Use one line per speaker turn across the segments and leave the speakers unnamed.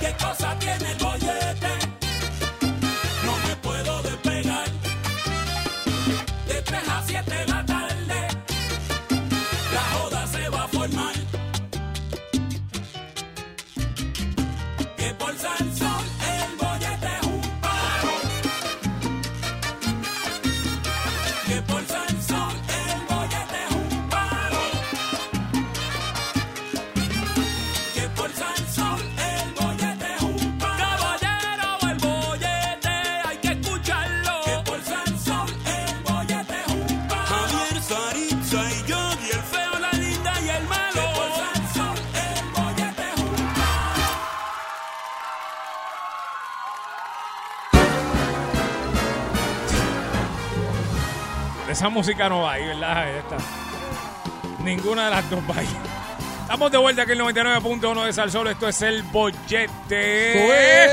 ¿Qué cosa tiene el bollete? No me puedo despegar. De 3 a 7 de la tarde, la joda se va a formar. Que por San Sol el bollete es un paro. Que por San Sol el bollete es un paro. que por San Sol el bollete es un pan. Caballero, el bollete hay que escucharlo. Que por San Sol el bollete es un pan. Javier, Saritza y yo, y el feo, la linda y el malo. Que por San Sol el bollete es un pan.
Esa música no va ahí, ¿verdad? Esta. Ninguna de las dos va ahí. Estamos de vuelta aquí en 99.1 de Salsol. Esto es el
Pues.
bollete.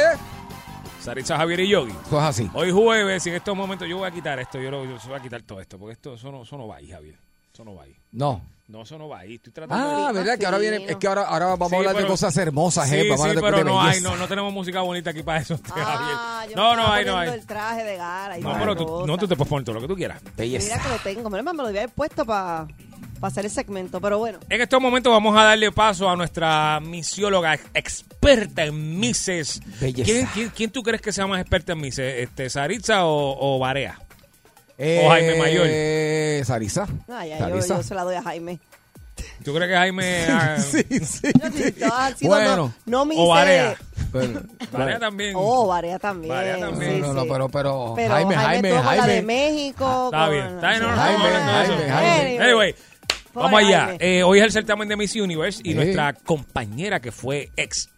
Saritza Javier y Yogi.
Eso es Pues así.
Hoy jueves, y en estos momentos yo voy a quitar esto. Yo, lo, yo voy a quitar todo esto, porque esto, eso, no, eso no va ahí, Javier. Eso no va ahí.
No.
No, eso no va ahí. Estoy tratando de...
Ah, verdad que ahora viene, es que ahora, ahora vamos
Sí,
a hablar
pero-
de cosas hermosas,
Sí,
eh, vamos a
sí,
hablar de,
pero
de
no hay,
belleza.
no, no tenemos música bonita aquí para eso,
Ah,
Javier.
yo
No,
me
no
estaba
hay, no
poniendo
hay.
el traje de gara y
No,
toda
pero
la
tú,
cosa.
no, tú te puedes poner todo lo que tú quieras.
Belleza.
Mira que lo tengo, me lo, me lo había puesto para hacer el segmento, pero bueno.
En estos momentos vamos a darle paso a nuestra misióloga ex- experta en mises.
Belleza.
¿Quién, quién, quién tú crees que sea más experta en mises? Este, ¿Saritza o, o Barea?
Eh,
O Oh, Jaime Mayor.
Eh, Sarisa.
No, ya yo, yo se la doy a Jaime.
¿Tú crees que Jaime... ah,
Sí, sí.
Yo ah, sí, todas han sido,
Bueno.
no, no me
O
hice-
Barea.
Pero,
Barea también.
Oh, Barea también.
Barea también.
sí,
No, no, no,
sí.
pero- pero Jaime, Jaime,
tuvo con la
Jaime.
de México.
Ah, Está
con-
bien, está bien, no, no,
Jaime,
estamos hablando de
Jaime,
eso.
Jaime.
Anyway,
Pobre
vamos allá.
Jaime.
Eh, hoy es el certamen de Miss Universe y
Sí.
nuestra compañera que fue ex,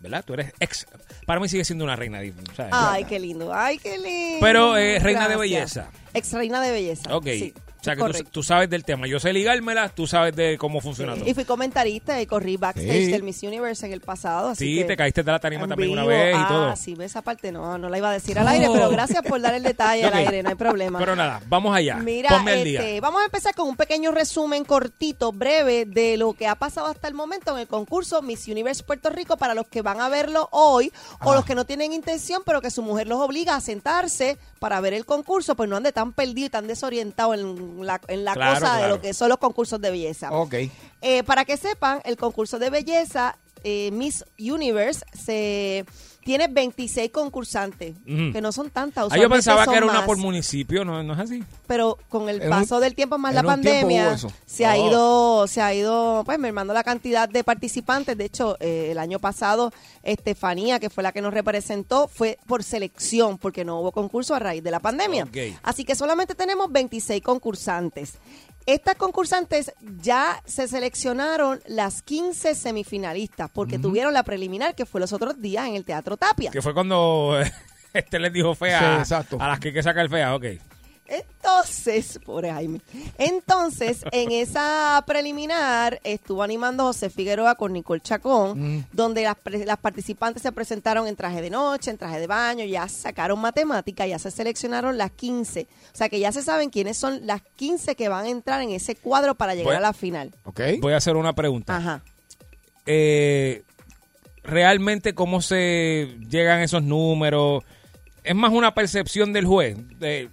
¿verdad? Tú eres ex. Para mí sigue siendo una reina. ¿sabes?
Ay, qué lindo, ay, qué lindo.
Pero, eh, reina de
Gracias.
belleza.
Ex reina de belleza.
Ok.
sí,
o sea, que tú,
correcto.
tú sabes del tema. Yo sé ligármela, tú sabes de cómo funciona todo.
Y fui comentarista y corrí backstage
Sí.
del Miss Universe en el pasado. Así
Sí,
que
te caíste de la tarima
en
también una
vivo.
vez y todo.
Ah, sí, esa parte no, no la iba a decir al aire, pero gracias por dar el detalle
Ok.
al aire, no hay problema.
Pero nada, vamos allá.
Mira,
Ponme al
este,
día.
vamos a empezar con un pequeño resumen cortito, breve, de lo que ha pasado hasta el momento en el concurso Miss Universe Puerto Rico para los que van a verlo hoy
Ah.
o los que no tienen intención, pero que su mujer los obliga a sentarse para ver el concurso, pues no ande tan perdido y tan desorientado en la, en la
Claro,
cosa de
claro.
lo que son los concursos de belleza.
ok.
Eh, para que sepan, el concurso de belleza eh, Miss Universe se tiene 26 concursantes,
Ujú.
que no son tantas.
Ah, yo
usualmente
pensaba
son
que era una
más,
por municipio, no, no es así.
Pero con el
En un-
paso del tiempo más la
en un tiempo hubo
pandemia
eso.
se ha
Oh.
ido, se ha ido, pues mermando la cantidad de participantes. De hecho, eh, el año pasado Estefanía, que fue la que nos representó, fue por selección porque no hubo concurso a raíz de la pandemia.
Ok.
Así que solamente tenemos 26 concursantes. Estas concursantes ya se seleccionaron las 15 semifinalistas porque tuvieron la preliminar que fue los otros días en el Teatro Tapia.
Que fue cuando este les dijo fea
Sí, exacto.
a las que hay que sacar fea, ok.
Entonces, pobre Jaime. Entonces, en esa preliminar estuvo animando José Figueroa con Nicole
Mm.
Chacón, donde las, pre- las participantes se presentaron en traje de noche, en traje de baño, ya sacaron matemática, ya se seleccionaron las 15. O sea que ya se saben quiénes son las 15 que van a entrar en ese cuadro para llegar
Bueno.
a la final.
Ok.
Voy a hacer una pregunta.
Ajá.
eh, realmente cómo se llegan esos números. Es más una percepción del juez. De,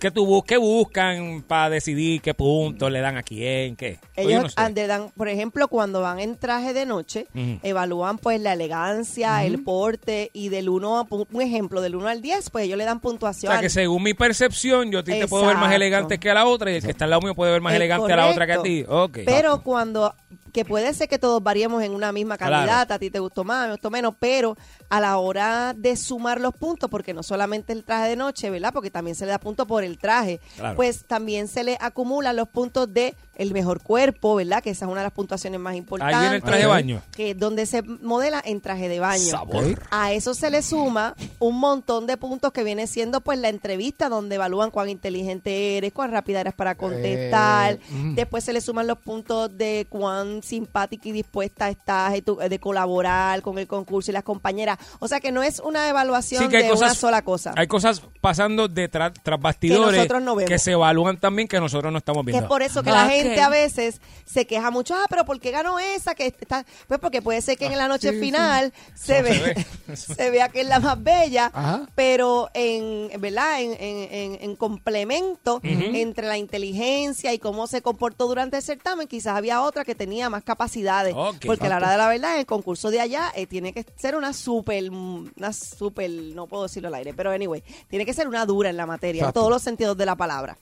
¿qué, tú bus ¿Qué buscan para decidir qué puntos le dan a quién? ¿Qué? Pues yo
Ellos
no sé.
ande- dan- por ejemplo, cuando van en traje de noche,
Ujú.
evalúan pues la elegancia, el porte y del 1 a pu- un ejemplo del 1 al 10, pues ellos le dan
O
puntuación.
sea, que según mi percepción, yo a ti te puedo ver más
Exacto.
elegante que a la otra y el que está al lado mío puede ver más
Es
elegante a la otra que a ti.
correcto.
Ok.
Pero cuando, que puede ser que todos variemos en una misma
Claro.
candidata, a ti te gustó más, me gustó menos, pero a la hora de sumar los puntos, porque no solamente el traje de noche, ¿verdad? Porque también se le da punto por el traje,
Claro.
pues también se le acumulan los puntos de el mejor cuerpo, ¿verdad? Que esa es una de las puntuaciones más importantes.
Ahí en el traje de baño.
Que donde se modela en traje de baño.
Sabor.
A eso se le suma un montón de puntos que viene siendo pues la entrevista donde evalúan cuán inteligente eres, cuán rápida eres para contestar.
Eh, mm.
Después se le suman los puntos de cuán simpática y dispuesta estás y tú- eh, de colaborar con el concurso y las compañeras. O sea que no es una evaluación
Sí, que hay
de una
cosas-
sola cosa.
Hay cosas pasando detrás tras bastidores
nosotros no vemos.
que se evalúan también que nosotros no estamos
Que es
viendo.
por eso que
Ah,
la
ok.
gente a veces se queja mucho, ah, pero ¿por qué ganó esa? que está Pues porque puede ser que en la noche final se,
Eso se
ve, se vea que es la más bella,
Ajá.
pero en, ¿verdad? En, en- en- en complemento entre la inteligencia y cómo se comportó durante el certamen, quizás había otra que tenía más capacidades.
Ok.
porque a la hora de la verdad, el concurso de allá eh, tiene que ser una súper, mm, una súper, no puedo decirlo al aire, pero anyway, tiene que ser una dura en la materia, en
Exacto.
todos los sentidos de la palabra.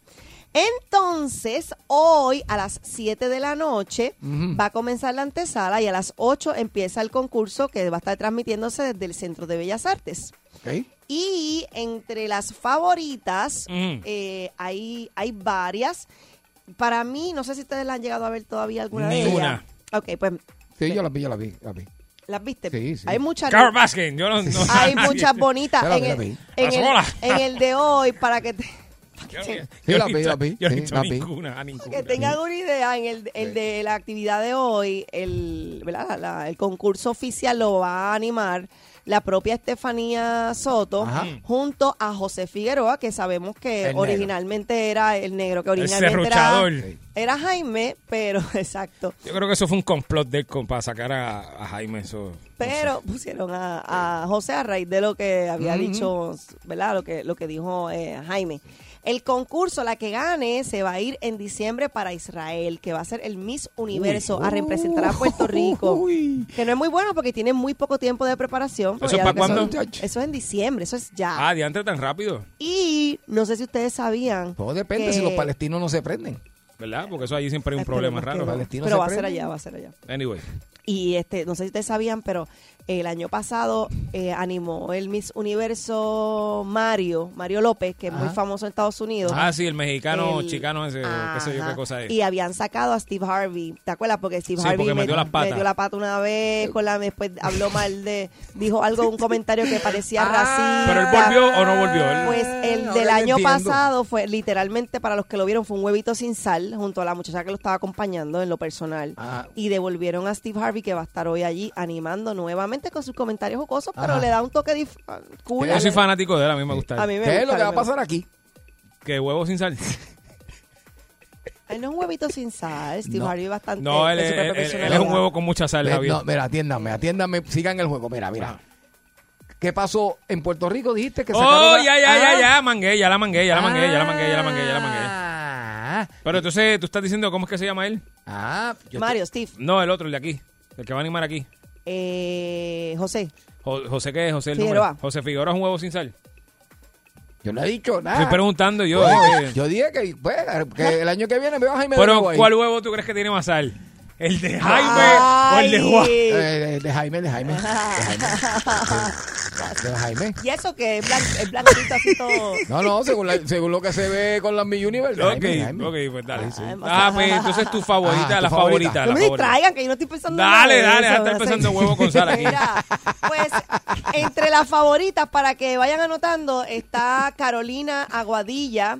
Entonces, hoy a las 7 de la noche va a comenzar la antesala y a las 8 empieza el concurso que va a estar transmitiéndose desde el Centro de Bellas Artes.
Ok.
Y entre las favoritas
Mm.
eh, hay, hay varias. Para mí, no sé si ustedes la han llegado a ver todavía alguna de ellas.
Ninguna.
Ok, pues
Sí, yo la vi, yo la vi, la vi.
las viste.
Sí, sí.
Hay muchas.
Carol Baskin, yo no, no-
Hay muchas bonitas.
Ya la
En
vi, la
el,
vi.
en el-
Hola.
en el de hoy, para que te-
Yo,
Sí, la
no
vi,
hizo-
la vi,
yo no
sí,
hizo
la vi.
ninguna, a
Para
ninguna.
que tengan una idea, en el, el de la actividad de hoy, el, ¿verdad? La- la- el concurso oficial lo va a animar la propia Estefanía Soto
Ajá.
junto a José Figueroa, que sabemos que
El negro.
originalmente era el negro, que
El
originalmente era,
serruchador.
era Jaime, pero exacto.
Yo creo que eso fue un complot de, con- para sacar a, a Jaime. Eso,
Pero pusieron a, a José a raíz de lo que había dicho, ¿verdad? Lo que, lo que dijo eh, Jaime. El concurso, la que gane, se va a ir en diciembre para Israel, que va a ser el Miss Universo a representar a Puerto Rico.
Uy.
Que no es muy bueno porque tiene muy poco tiempo de preparación. porque
¿Eso
ya
para
lo que son-
cuándo?
Eso es en diciembre, eso es ya.
Ah, diantre tan rápido,
Y no sé si ustedes sabían.
Todo depende
que-
si los palestinos no se prenden.
¿verdad? Porque eso allí siempre hay un
Esperemos
problema
que
raro.
no.
Palestino
Pero
se
va a ser
prende.
allá, va a ser allá.
Anyway.
Y este, no sé si ustedes sabían, pero el año pasado eh, animó el Miss Universo Mario, Mario López, que es muy
Ajá.
famoso en Estados Unidos.
Ah, sí, el mexicano,
El-
chicano, ese, qué sé yo
Ajá.
qué cosa es.
Y habían sacado a Steve Harvey, ¿te acuerdas? Porque Steve
Sí,
Harvey
porque metió las patas.
metió la pata una vez, con la, después habló mal de, dijo algo, un comentario que parecía
Ah.
racista.
Pero él volvió o no volvió. Él-
Pues el
Ahora
del
ya
año
entiendo.
pasado fue literalmente para los que lo vieron fue un huevito sin sal junto a la muchacha que lo estaba acompañando en lo personal
Ah.
y devolvieron a Steve Harvey que va a estar hoy allí animando nuevamente con sus comentarios jocosos pero
Ajá.
le da un toque dif- ah, cool.
yo soy fanático de él, a mí me gusta.
A mí me
¿Qué es lo
gusta,
que va
a
a
mí me gusta.
pasar aquí?
Que huevo sin sal.
Ay, no es un huevito sin sal Steve
No.
Harvey es bastante
No, él,
es
él-
súper
él- él es
profesional.
un huevo con mucha sal,
Ve-
Javier.
Eh, No, mira, atiéndame, atiéndame, sigan el juego. Mira, mira. ¿Qué pasó en Puerto Rico? Dijiste que
oh,
sacaron la-
ya, ya,
Ah.
ya, ya, mangué, ya la mangué, ya la mangué, ya la mangué, ya la mangué, ya la mangué.
Ah,
Pero entonces tú estás diciendo, ¿cómo es que se llama él?
ah, yo
Mario Steve
No, el otro, el de aquí. El que va a animar aquí.
eh, José
Jo- José, ¿qué es? José el
Figueroa.
número. José Figueroa es un huevo sin sal.
Ah.
te- yo no he dicho nada.
Estoy preguntando yo.
Oye,
de que-
yo dije que, pues, que el año que viene veo a Jaime
eh.
de
pero,
nuevo ahí.
¿cuál huevo tú crees que tiene más sal? ¿El de Jaime o el de
Ay.
Juan?
Eh, de, de Jaime, de Jaime. De Jaime. Sí, de Jaime.
y eso que es, blan- es blanquito así todo
No, no, según, la- según lo que se ve con las Mi Universe. de
Ok,
Jaime, de Jaime.
ok, pues dale.
sí.
Ah, pues entonces tu favorita,
Ah,
la
tu
favorita.
favorita.
No
la
me
favorita.
distraigan, que yo no estoy pensando
Dale,
nada
dale,
de eso,
ya está
no sé.
pensando huevo con sal aquí.
Mira, pues entre las favoritas, para que vayan anotando, está Carolina Aguadilla,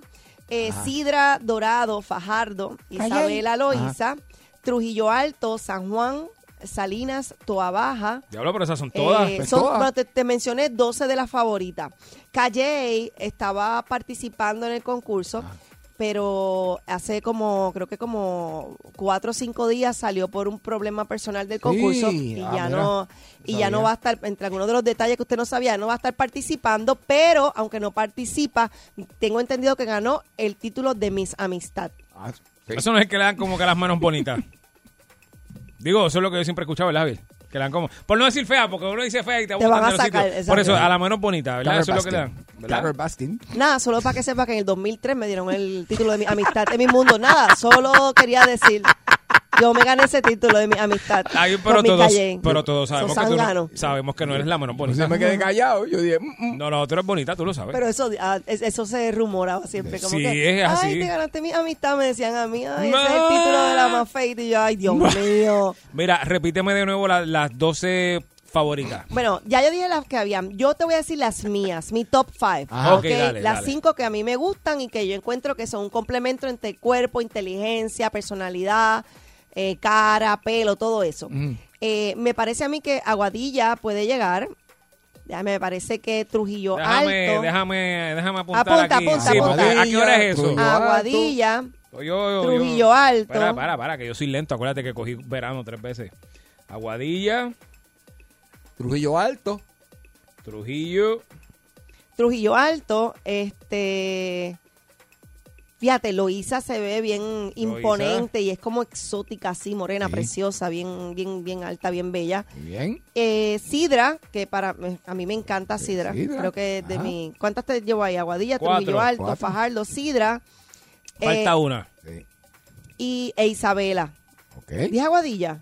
eh, Sidra Dorado Fajardo, Isabela Loiza, Trujillo Alto, San Juan, Salinas, Toabaja.
Diablo, pero esas son todas.
Eh,
pues,
son-
todas.
bueno, te, te mencioné 12 de las favoritas. Calle estaba participando en el concurso,
Ah.
pero hace como, creo que como cuatro o cinco días salió por un problema personal del concurso y
ah,
ya
mira,
no y ya
sabía.
no va a estar entre algunos de los detalles que usted no sabía, no va a estar participando, pero aunque no participa, tengo entendido que ganó el título de Miss Amistad.
Ah, sí.
Eso no es que le dan como que las manos bonitas. Digo, eso es lo que yo siempre he escuchado, ¿verdad, Abel? Que le dan como. Por no decir fea, porque uno dice fea y te,
Te
botan
van a
de los
sacar,
sitios.
exacto.
Por eso, a la menos bonita, ¿verdad?
Carol
eso es lo que le dan.
Baskin.
¿verdad?
Carol Baskin.
Nada, solo para que sepa que en el 2003 me dieron el título de mi amistad en mi mundo. Nada, solo quería decir, yo me gané ese título de mi amistad.
Está bien, pero
con mi
todos,
Calle.
pero todos sabemos
Son
que, tú
zánganos.
no, sabemos que no eres la menos bonita.
Yo me quedé callado. Yo dije, mm, mm.
No, la otra es bonita, tú lo sabes.
Pero eso, ah, es- eso se rumoraba siempre. Como
Sí,
que,
es así.
Ay, te ganaste mi amistad, me decían a mí. Ay, ese es el
No.
título de la más feita. Y yo, ay, Dios mío.
Mira, repíteme de nuevo la- las 12 favoritas.
Bueno, ya yo dije las que habían. Yo te voy a decir las mías, mi top five.
Ajá.
ok,
Ok, dale,
las
dale.
cinco que a mí me gustan y que yo encuentro que son un complemento entre cuerpo, inteligencia, personalidad, eh, cara, pelo, todo eso.
Mm.
Eh, me parece a mí que Aguadilla puede llegar. Ya me parece que Trujillo
Déjame,
Alto.
déjame, déjame apuntar
Apunta,
aquí.
apunta,
Sí, porque
apunta.
¿A qué hora es eso?
Trujillo.
Aguadilla.
Yo- yo- yo-
Trujillo Alto.
Para, para, para, que yo soy lento. Acuérdate que cogí verano tres veces. Aguadilla,
Trujillo Alto.
Trujillo.
Trujillo Alto, este. Fíjate, Loíza se ve bien imponente y es como exótica, así, morena,
Sí.
preciosa, bien, bien, bien alta, bien bella.
Muy bien.
Eh, Sidra, que para a mí me encanta Sidra.
Sidra,
Creo que de
ajá.
mi. ¿Cuántas te llevo ahí? Aguadilla,
Cuatro.
Trujillo Alto,
Cuatro.
Fajardo, Sidra. eh,
Falta una.
Sí.
y e Isabela.
Ok.
¿Dije Aguadilla?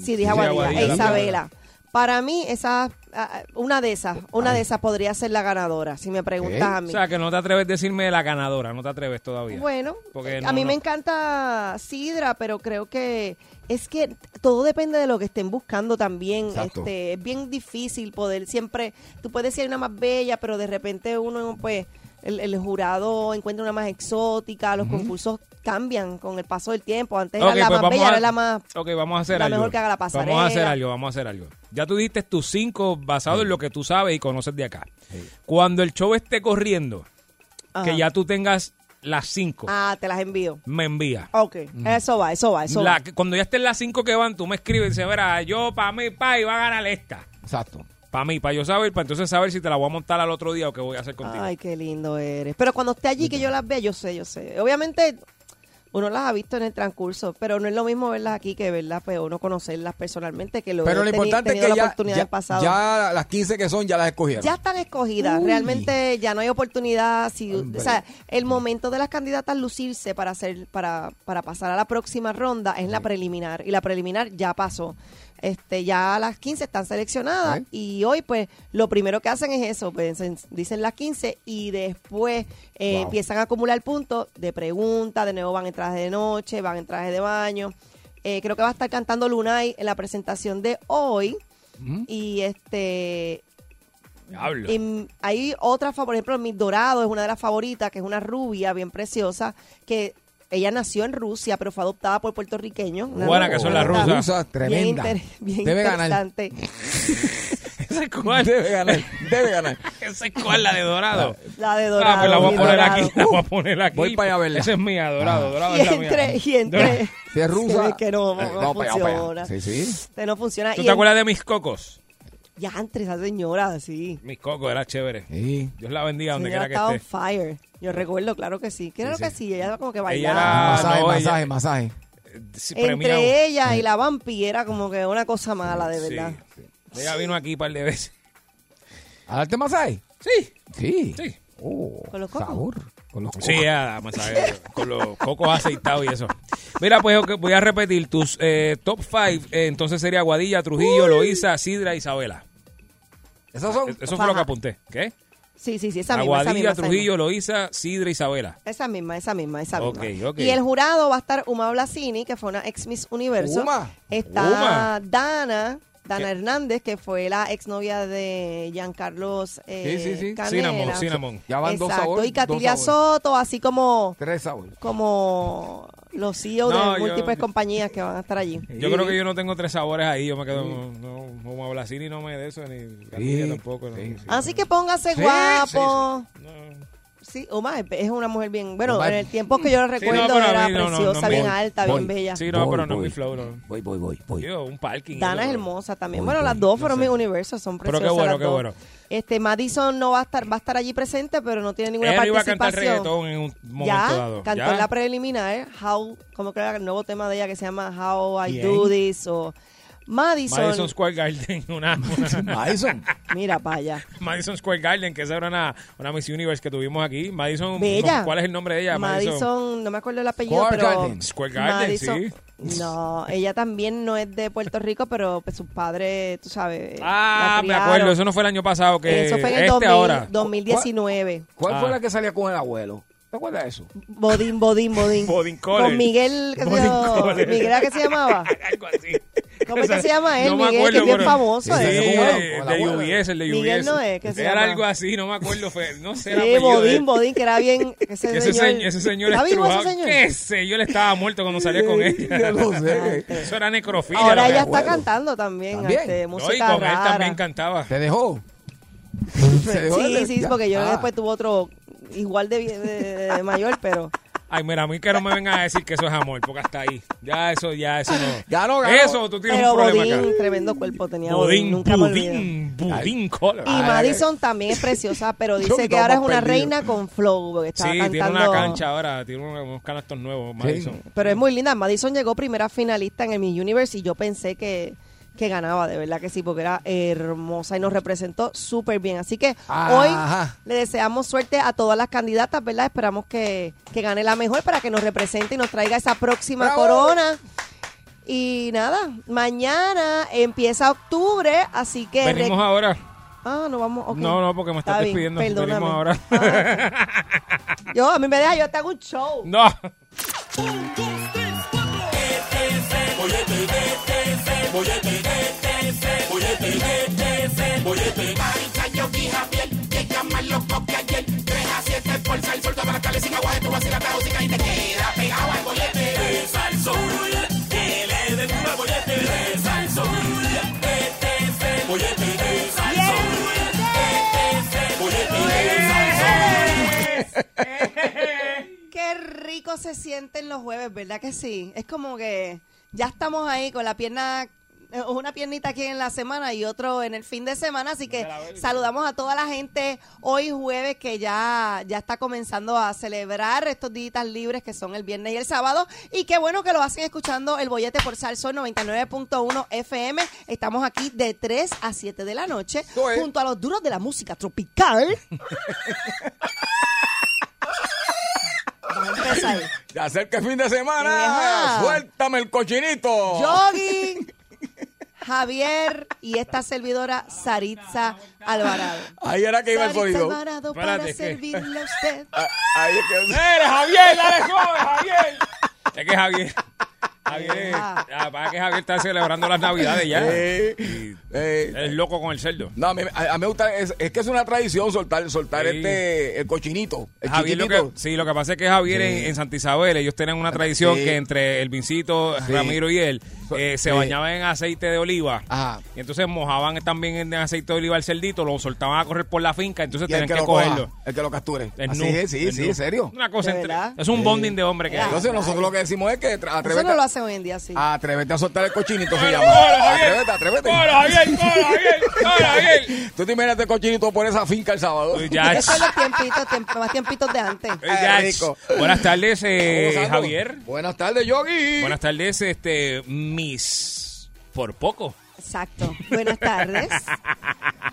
Sí, dije
¿Eh? sí,
Aguadilla.
Aguadilla,
e
la
Isabela. Para mí, esa, ah, una de esas, una de esas podría ser la ganadora, si me preguntas a
O
mí.
sea, que no te atreves a decirme la ganadora. No te atreves todavía.
Bueno,
Porque
eh,
no,
a mí
no.
me encanta Sidra, pero creo que es que todo depende de lo que estén buscando también.
Exacto.
Este, es bien difícil poder siempre, tú puedes ser una más bella, pero de repente uno, pues, el, el jurado encuentra una más exótica, los concursos cambian con el paso del tiempo. Antes
Ok,
era la
pues
más
vamos
bella,
a-
ahora es la más...
Ok, vamos a hacer
la
algo.
mejor que haga la pasarela.
Vamos a hacer algo, vamos a hacer algo. Ya tú diste tus cinco basado en lo que tú sabes y conoces de acá. Cuando el show esté corriendo,
Ajá.
que ya tú tengas las cinco,
Ah, te las envío.
me envía.
Ok, eso va, eso va, eso
La-
va.
cuando ya estén las cinco que van, tú me escribes y dices, verá, yo para mí, pa, y va a ganar esta.
Exacto.
Para mí, para yo saber, para entonces saber si te la voy a montar al otro día o qué voy a hacer contigo.
Ay, qué lindo eres. Pero cuando esté allí, que yo las vea, yo sé, yo sé. Obviamente, uno las ha visto en el transcurso, pero no es lo mismo verlas aquí que verlas, pues uno conocerlas personalmente, que lo
Pero
he
lo
teni-
importante es
tenido
que
la
ya,
oportunidad
ya-
en pasado.
ya las 15 que son ya las escogieron.
Ya están escogidas, realmente ya no hay oportunidad. Si, o
Hombre.
sea, el momento de las candidatas lucirse para hacer, para, para pasar a la próxima ronda es la preliminar. Y la preliminar ya pasó. Este, ya las 15 están seleccionadas
Ok.
y hoy pues lo primero que hacen es eso, pues, en- dicen las 15 y después eh,
Wow.
empiezan a acumular puntos de preguntas, de nuevo van en traje de noche, van en traje de baño. Eh, creo que va a estar cantando Lunay en la presentación de hoy y este
Diablo.
y hay otra, fa- por ejemplo, Miss Dorado es una de las favoritas, que es una rubia bien preciosa, que ella nació en Rusia, pero fue adoptada por puertorriqueños. Una
Buena
rubia
que son las
bonita,
rusas.
tremenda.
Bien, inter- bien
Debe ganar.
interesante.
¿Esa es cuál?
Debe ganar. Debe ganar.
¿Esa es cuál? La de Dorado.
La de Dorado.
Ah, pues la voy a
Miss
poner
Dorado.
aquí, la voy a poner aquí.
Voy para allá a verla. Ah.
Esa es mía, Dorado, Dorado
Y
es la mía.
entre, y entre.
Si es
Se
rusa.
ve que no, no
eh, para allá, para allá.
funciona.
Sí, sí.
Este no funciona.
¿Tú
Y
te
en-
acuerdas de mis cocos?
Ya entre esa señora, sí.
Mis cocos, era chévere.
Sí.
Dios la bendiga donde
Señora
quiera que
estaba on
esté.
fire. Yo recuerdo, claro que sí. Claro que sí, ella como que bailaba.
era- Ah,
masaje,
no,
masaje,
ella-
masaje.
Eh, Sí, premiado.
Entre ella y la vampi era como que una cosa mala, de
Sí.
verdad.
Ella vino aquí un par de veces.
¿A darte masaje?
Sí.
Sí.
Sí.
Oh,
Con los cocos.
Sabor. Con los cocos.
Sí, ya, me sabe, con los cocos aceitados y eso. Mira, pues ok, voy a repetir tus eh, top 5. entonces sería Guadilla, Trujillo, Loíza, Sidra, Isabela.
Esas
Oh,
son.
Es- Eso fue lo que apunté. ¿Qué?
Sí, sí, sí, esa misma. esa misma,
Aguadilla,
esa misma.
Trujillo, Loíza, Sidra, Isabela.
Esa misma, esa misma, esa misma.
Ok, ok.
Y el jurado va a estar Uma Blasini, que fue una ex Miss Universo.
Uma,
Está
Uma.
Dana, Dana
¿Qué?
Hernández, que fue la exnovia de Giancarlos eh,
Sí, sí, sí.
Canela.
Cinnamon, Cinnamon.
Ya van dos
Exacto,
sabores,
y Catilia
dos sabores.
Soto, así como,
Tres sabores.
como los CEO
No,
de
yo-
múltiples compañías que van a estar allí.
Yo creo que yo no tengo tres sabores ahí. Yo me quedo. No, como Blasini no me de eso, ni Gatilla tampoco. no.
sí, sí.
Así que póngase
Sí,
guapo. Sí, Uma es- es una mujer bien, bueno,
Uma-
en el tiempo que yo la
Sí, no,
recuerdo
pero a
era
mí no, no, no
preciosa,
me-
bien alta,
voy.
bien bella.
Sí, no,
Voy,
pero no
voy.
mi flow. No.
Voy, voy, voy, voy.
Yo, un parking.
Dana es
eso,
hermosa también.
Uy,
bueno,
uy,
las dos fueron mis universos, son
Pero qué
preciosas.
bueno,
las
qué
dos.
bueno.
Este Madison no va a estar, va a estar allí presente, pero no tiene ninguna
Ella no iba a cantar
participación.
reggaetón en un momento
ya
dado.
cantó
¿Ya?
en la preliminar, ¿eh? How, como que era el nuevo tema de ella que se llama How I
Bien.
Do This o Madison.
Madison Square Garden, una, una-
Madison.
Mira para allá.
Madison Square Garden, que esa era una, una Miss Universe que tuvimos aquí. Madison,
Bella.
¿cuál es el nombre de ella?
Madison, no me acuerdo el apellido,
Square
pero
Garden.
Square Garden, sí.
No, ella también no es de Puerto Rico, pero pues, sus padres, tú sabes.
Ah,
la
me
criaron.
acuerdo, eso no fue el año pasado que
Eso fue en el
este
2000,
ahora.
2019.
¿Cuál fue
Ah.
la que salía con el abuelo? ¿Te acuerdas de eso?
Bodín, Bodín, Bodín.
Bodín Collins.
Con Miguel, ¿qué se
Bodín
llamaba?
Collins.
Miguel, ¿a ¿qué se llamaba?
Algo así.
¿Cómo es que se llama él,
No me
Miguel?
acuerdo,
que es bien
pero-
famoso.
Sí,
¿eh?
ese como
eh,
el
de
abuelo.
UBS, el de UBS.
Miguel no es, que se
era
llama.
algo así, no me acuerdo. Fer, no sé
Sí,
el apellido de
Bodín,
él.
Bodín, que era bien. Ese, señor,
Ese, se- ese señor
¿Está vivo ese
estrujado,
señor?
qué sé, yo le estaba muerto cuando salió con ella.
Yo lo sé.
Ah.
Eso era necrofilia.
Ahora
la
ella
verdad.
está cantando también.
También.
este,
No,
música
y con
rara.
él también cantaba.
¿Te dejó? ¿Te dejó
Sí,
el-
sí,
Eh, ya?
porque yo
Ah.
después tuve otro igual de, vie- de- de mayor, pero
Ay, mira, a mí que no me vengan a decir que eso es amor, porque hasta ahí. Ya eso, ya eso no.
Ganó, ganó.
Eso, tú tienes
pero
un problema acá.
Bodín, tremendo cuerpo tenía Bodín,
Budín,
nunca me olvido.
budín, budín color.
Y Madison también es preciosa, pero dice que
estamos
ahora es una
perdidos.
reina con flow, porque
Sí,
estaba
tiene
cantando.
una cancha ahora, tiene unos unos canastos nuevos, Madison.
Pero es muy linda. Madison llegó primera finalista en el Miss Universe y yo pensé que, que ganaba, de verdad que sí, porque era hermosa y nos representó súper bien. Así que
Ajá.
hoy le deseamos suerte a todas las candidatas, ¿verdad? Esperamos que, que gane la mejor para que nos represente y nos traiga esa próxima
¡Bravo!
corona. Y nada, mañana empieza octubre, así que... re-
Venimos ahora.
Ah, no vamos... ok.
No, no, porque me estás
Está bien,
despidiendo.
perdóname. Ah,
Venimos ahora.
Yo, a mí me deja, yo te hago un show.
no.
Qué rico se sienten los jueves, ¿verdad que sí? Es como que ya estamos ahí con la pierna, eh, una piernita aquí en la semana y otro en el fin de semana, así que saludamos a toda la gente hoy jueves que ya, ya está comenzando a celebrar estos días libres que son el viernes y el sábado y qué bueno que lo hacen escuchando el bollete por Salsón 99.1 FM. Estamos aquí de 3 a 7 de la noche
Eso es.
junto a los duros de la música tropical. Vamos a empezar.
Se acerca el fin de
Ajá.
semana. Suéltame el
Oh.
cochinito.
Yogi, Javier y esta servidora Saritza Alvarado.
Ahí era que iba el
Saritza
sonido.
Alvarado para
Espérate, ¿qué?
servirle a usted.
Ah, Ahí es que.
¡Mira, Javier! ¡Dale suave, Javier! Es que Javier. Javier.
Ah.
ah, para que Javier está celebrando las Navidades ya.
Eh, eh,
Es loco con el cerdo.
No, a mí, a- a mí me gusta, es, es que es una tradición soltar, soltar
Sí.
este, el cochinito, el
Javier, lo que,
chiquitito.
sí, lo que pasa es que Javier en, en Santa Isabel, ellos tienen una tradición
Sí.
que entre el vincito,
Sí.
Ramiro y él, eh, se
Sí.
bañaban en aceite de oliva.
Ajá.
Y entonces mojaban también en aceite de oliva el cerdito, lo soltaban a correr por la finca, entonces
Y el
tenían
que,
que,
lo
cogerlo.
coja, el que lo capture.
El
Así
nu,
es, sí,
el
sí,
nu.
en serio.
Una cosa
¿De
entre-
verdad?
es un bonding de hombre que hay.
Entonces nosotros lo que decimos es que tra-
Eso
atrévete,
no lo hacen hoy en día
Ah,
así.
atrévete a soltar el cochinito, se
¡Cógelo,
llama.
cógelo, Javier!
Atrévete, atrévete.
¡Cógelo, Javier! ¡Cógelo, Javier! ¡Cógelo, Javier!
Tú te imaginas el cochinito por esa finca el sábado.
Uy, Ya
Esos son
es-
los tiempitos, tiemp- más tiempitos de antes.
eh, ya
Qué
es.
rico.
Buenas tardes, eh,
Vamos, Sandro.
Javier.
Buenas tardes, Yogi.
Buenas tardes, este, Miss. Por poco.
Exacto. Buenas tardes.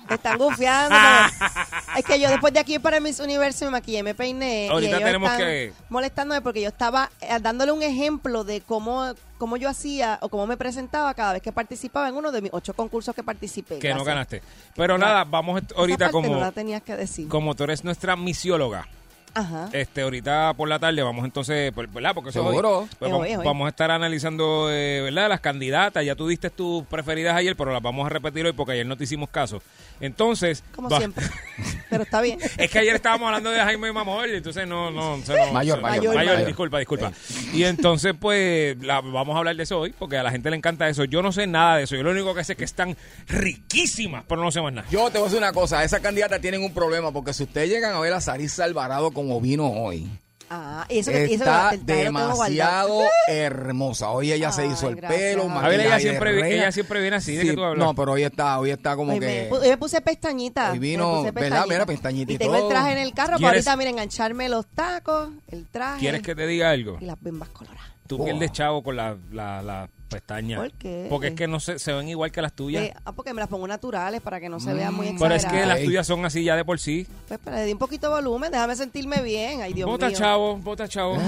Me están gufiando.
Ah.
pero- Es que yo después de aquí para Miss Universo me maquillé, me peiné. y
Ahorita
ellos
tenemos
están
que-
Molestándome porque yo estaba eh, dándole un ejemplo de cómo, cómo yo hacía o cómo me presentaba cada vez que participaba en uno de mis ocho concursos que participé.
Que no
Gracias.
ganaste. Pero
No.
nada, vamos est-
Esa
ahorita
parte
como,
No la tenías que decir.
como tú eres nuestra misióloga.
Ajá.
Este, ahorita por la tarde vamos entonces, por- ¿verdad? Porque eso es hoy.
Seguro.
Pues
Es
vamos,
hoy, es hoy.
vamos a estar analizando, eh, ¿verdad? Las candidatas. Ya tú diste tus preferidas ayer, pero las vamos a repetir hoy porque ayer no te hicimos caso. Entonces.
Como
va-
siempre. Pero está bien.
Es que ayer estábamos hablando de Jaime Mamor, entonces no, no, o sea, no-
Mayor,
o sea,
mayor,
mayor.
disculpa, disculpa. Y entonces, pues, la- vamos a hablar de eso hoy, porque a la gente le encanta eso. Yo no sé nada de eso, yo lo único que sé es que están riquísimas, pero no sé más nada.
Yo te voy a decir una cosa, esas candidatas tienen un problema porque si ustedes llegan a ver a Sarisa Alvarado como vino hoy,
Ah, y eso, y eso
está
el tag lo tengo guardado.
demasiado hermosa. Hoy ella se
¡Ah! Ay,
hizo el
gracias,
pelo,
Javier.
A ver, ella
maquillaje de
siempre vi-
reina.
ella siempre viene así, de que tú hablas.
No, pero hoy está, hoy está como
Hoy me,
que...
pu- hoy me puse pestañita.
Hoy
me
vino,
puse
¿verdad? Mira, pestañita y
Y tengo
todo.
el traje en el carro para
¿Quieres-
ahorita, mira, engancharme los tacos, el traje.
¿Quieres que te diga algo?
Y las bembas coloradas.
Tú
Wow.
pierdes chavo con las la, la pestañas.
¿Por qué?
Porque es que no se, se ven igual que las tuyas.
Eh, ah, porque me las pongo naturales para que no se vean muy
Mm, pero
exageradas.
es que las tuyas son así ya de por sí.
Pues para le di un poquito de volumen, déjame sentirme bien. Ay, Dios
bota
mío. Ah.
chavo, bota chavo.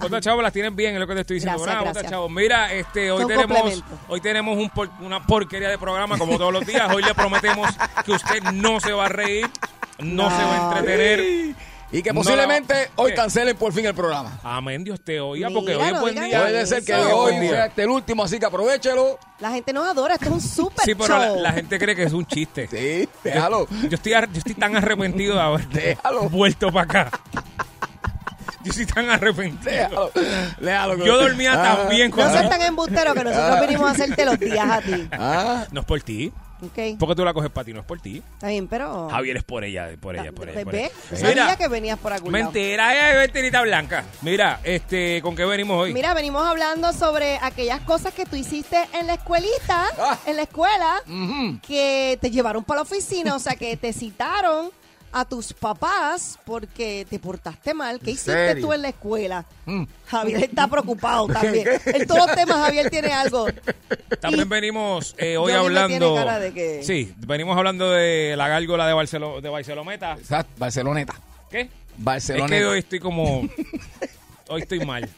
bota chavo, las tienes bien, es lo que te estoy diciendo.
Gracias,
Nada, bota
gracias.
chavo. Mira, este, hoy
Son
tenemos,
complementos.
hoy tenemos un por- una porquería de programa como todos los días. Hoy le prometemos que usted no se va a reír,
No.
no, se va a entretener.
Y que
No la-
posiblemente hoy
¿Qué?
cancelen por fin el programa.
Amén, Dios te oiga, porque
Mira,
hoy es
no
buen
digan
día.
Puede ser que
eso.
hoy
Buen día.
sea este el último, así que aprovechelo.
La gente nos adora, esto es un super
Sí, pero la,
show.
la gente cree que es un chiste.
Sí,
Yo,
déjalo.
yo estoy, ar- yo estoy tan arrepentido de haber
Déjalo.
vuelto para acá. Yo estoy tan arrepentido.
Déjalo. déjalo.
Yo dormía
Ah,
tan bien
No seas
cuando...
tan embustero que nosotros vinimos a hacerte los días a ti.
Ah,
No es por ti.
¿Ok?
Porque tú la coges para ti, no es por ti.
Está bien, pero...
Javier es por ella, por ella, por ella. por
Bebé,
ella.
Oh. sabía
Mira,
que venías por algún lado.
mentira, eh, mentirita blanca. Mira, este, ¿con qué venimos hoy?
Mira, venimos hablando sobre aquellas cosas que tú hiciste en la escuelita,
Ah.
en la escuela, que te llevaron para la oficina, o sea, que te citaron a tus papás porque te portaste mal. ¿Qué hiciste
serio? Mm.
tú en la escuela? Javier está preocupado también.
¿Qué?
En todos los temas Javier tiene algo.
También
Y-
venimos eh,
Johnny
hoy
me
hablando.
tiene cara de que-
Sí, venimos hablando de la gárgola de, Barcelo, de Barcelometa.
esa- Barceloneta.
¿Qué?
Barceloneta.
Es que hoy estoy como. hoy estoy mal.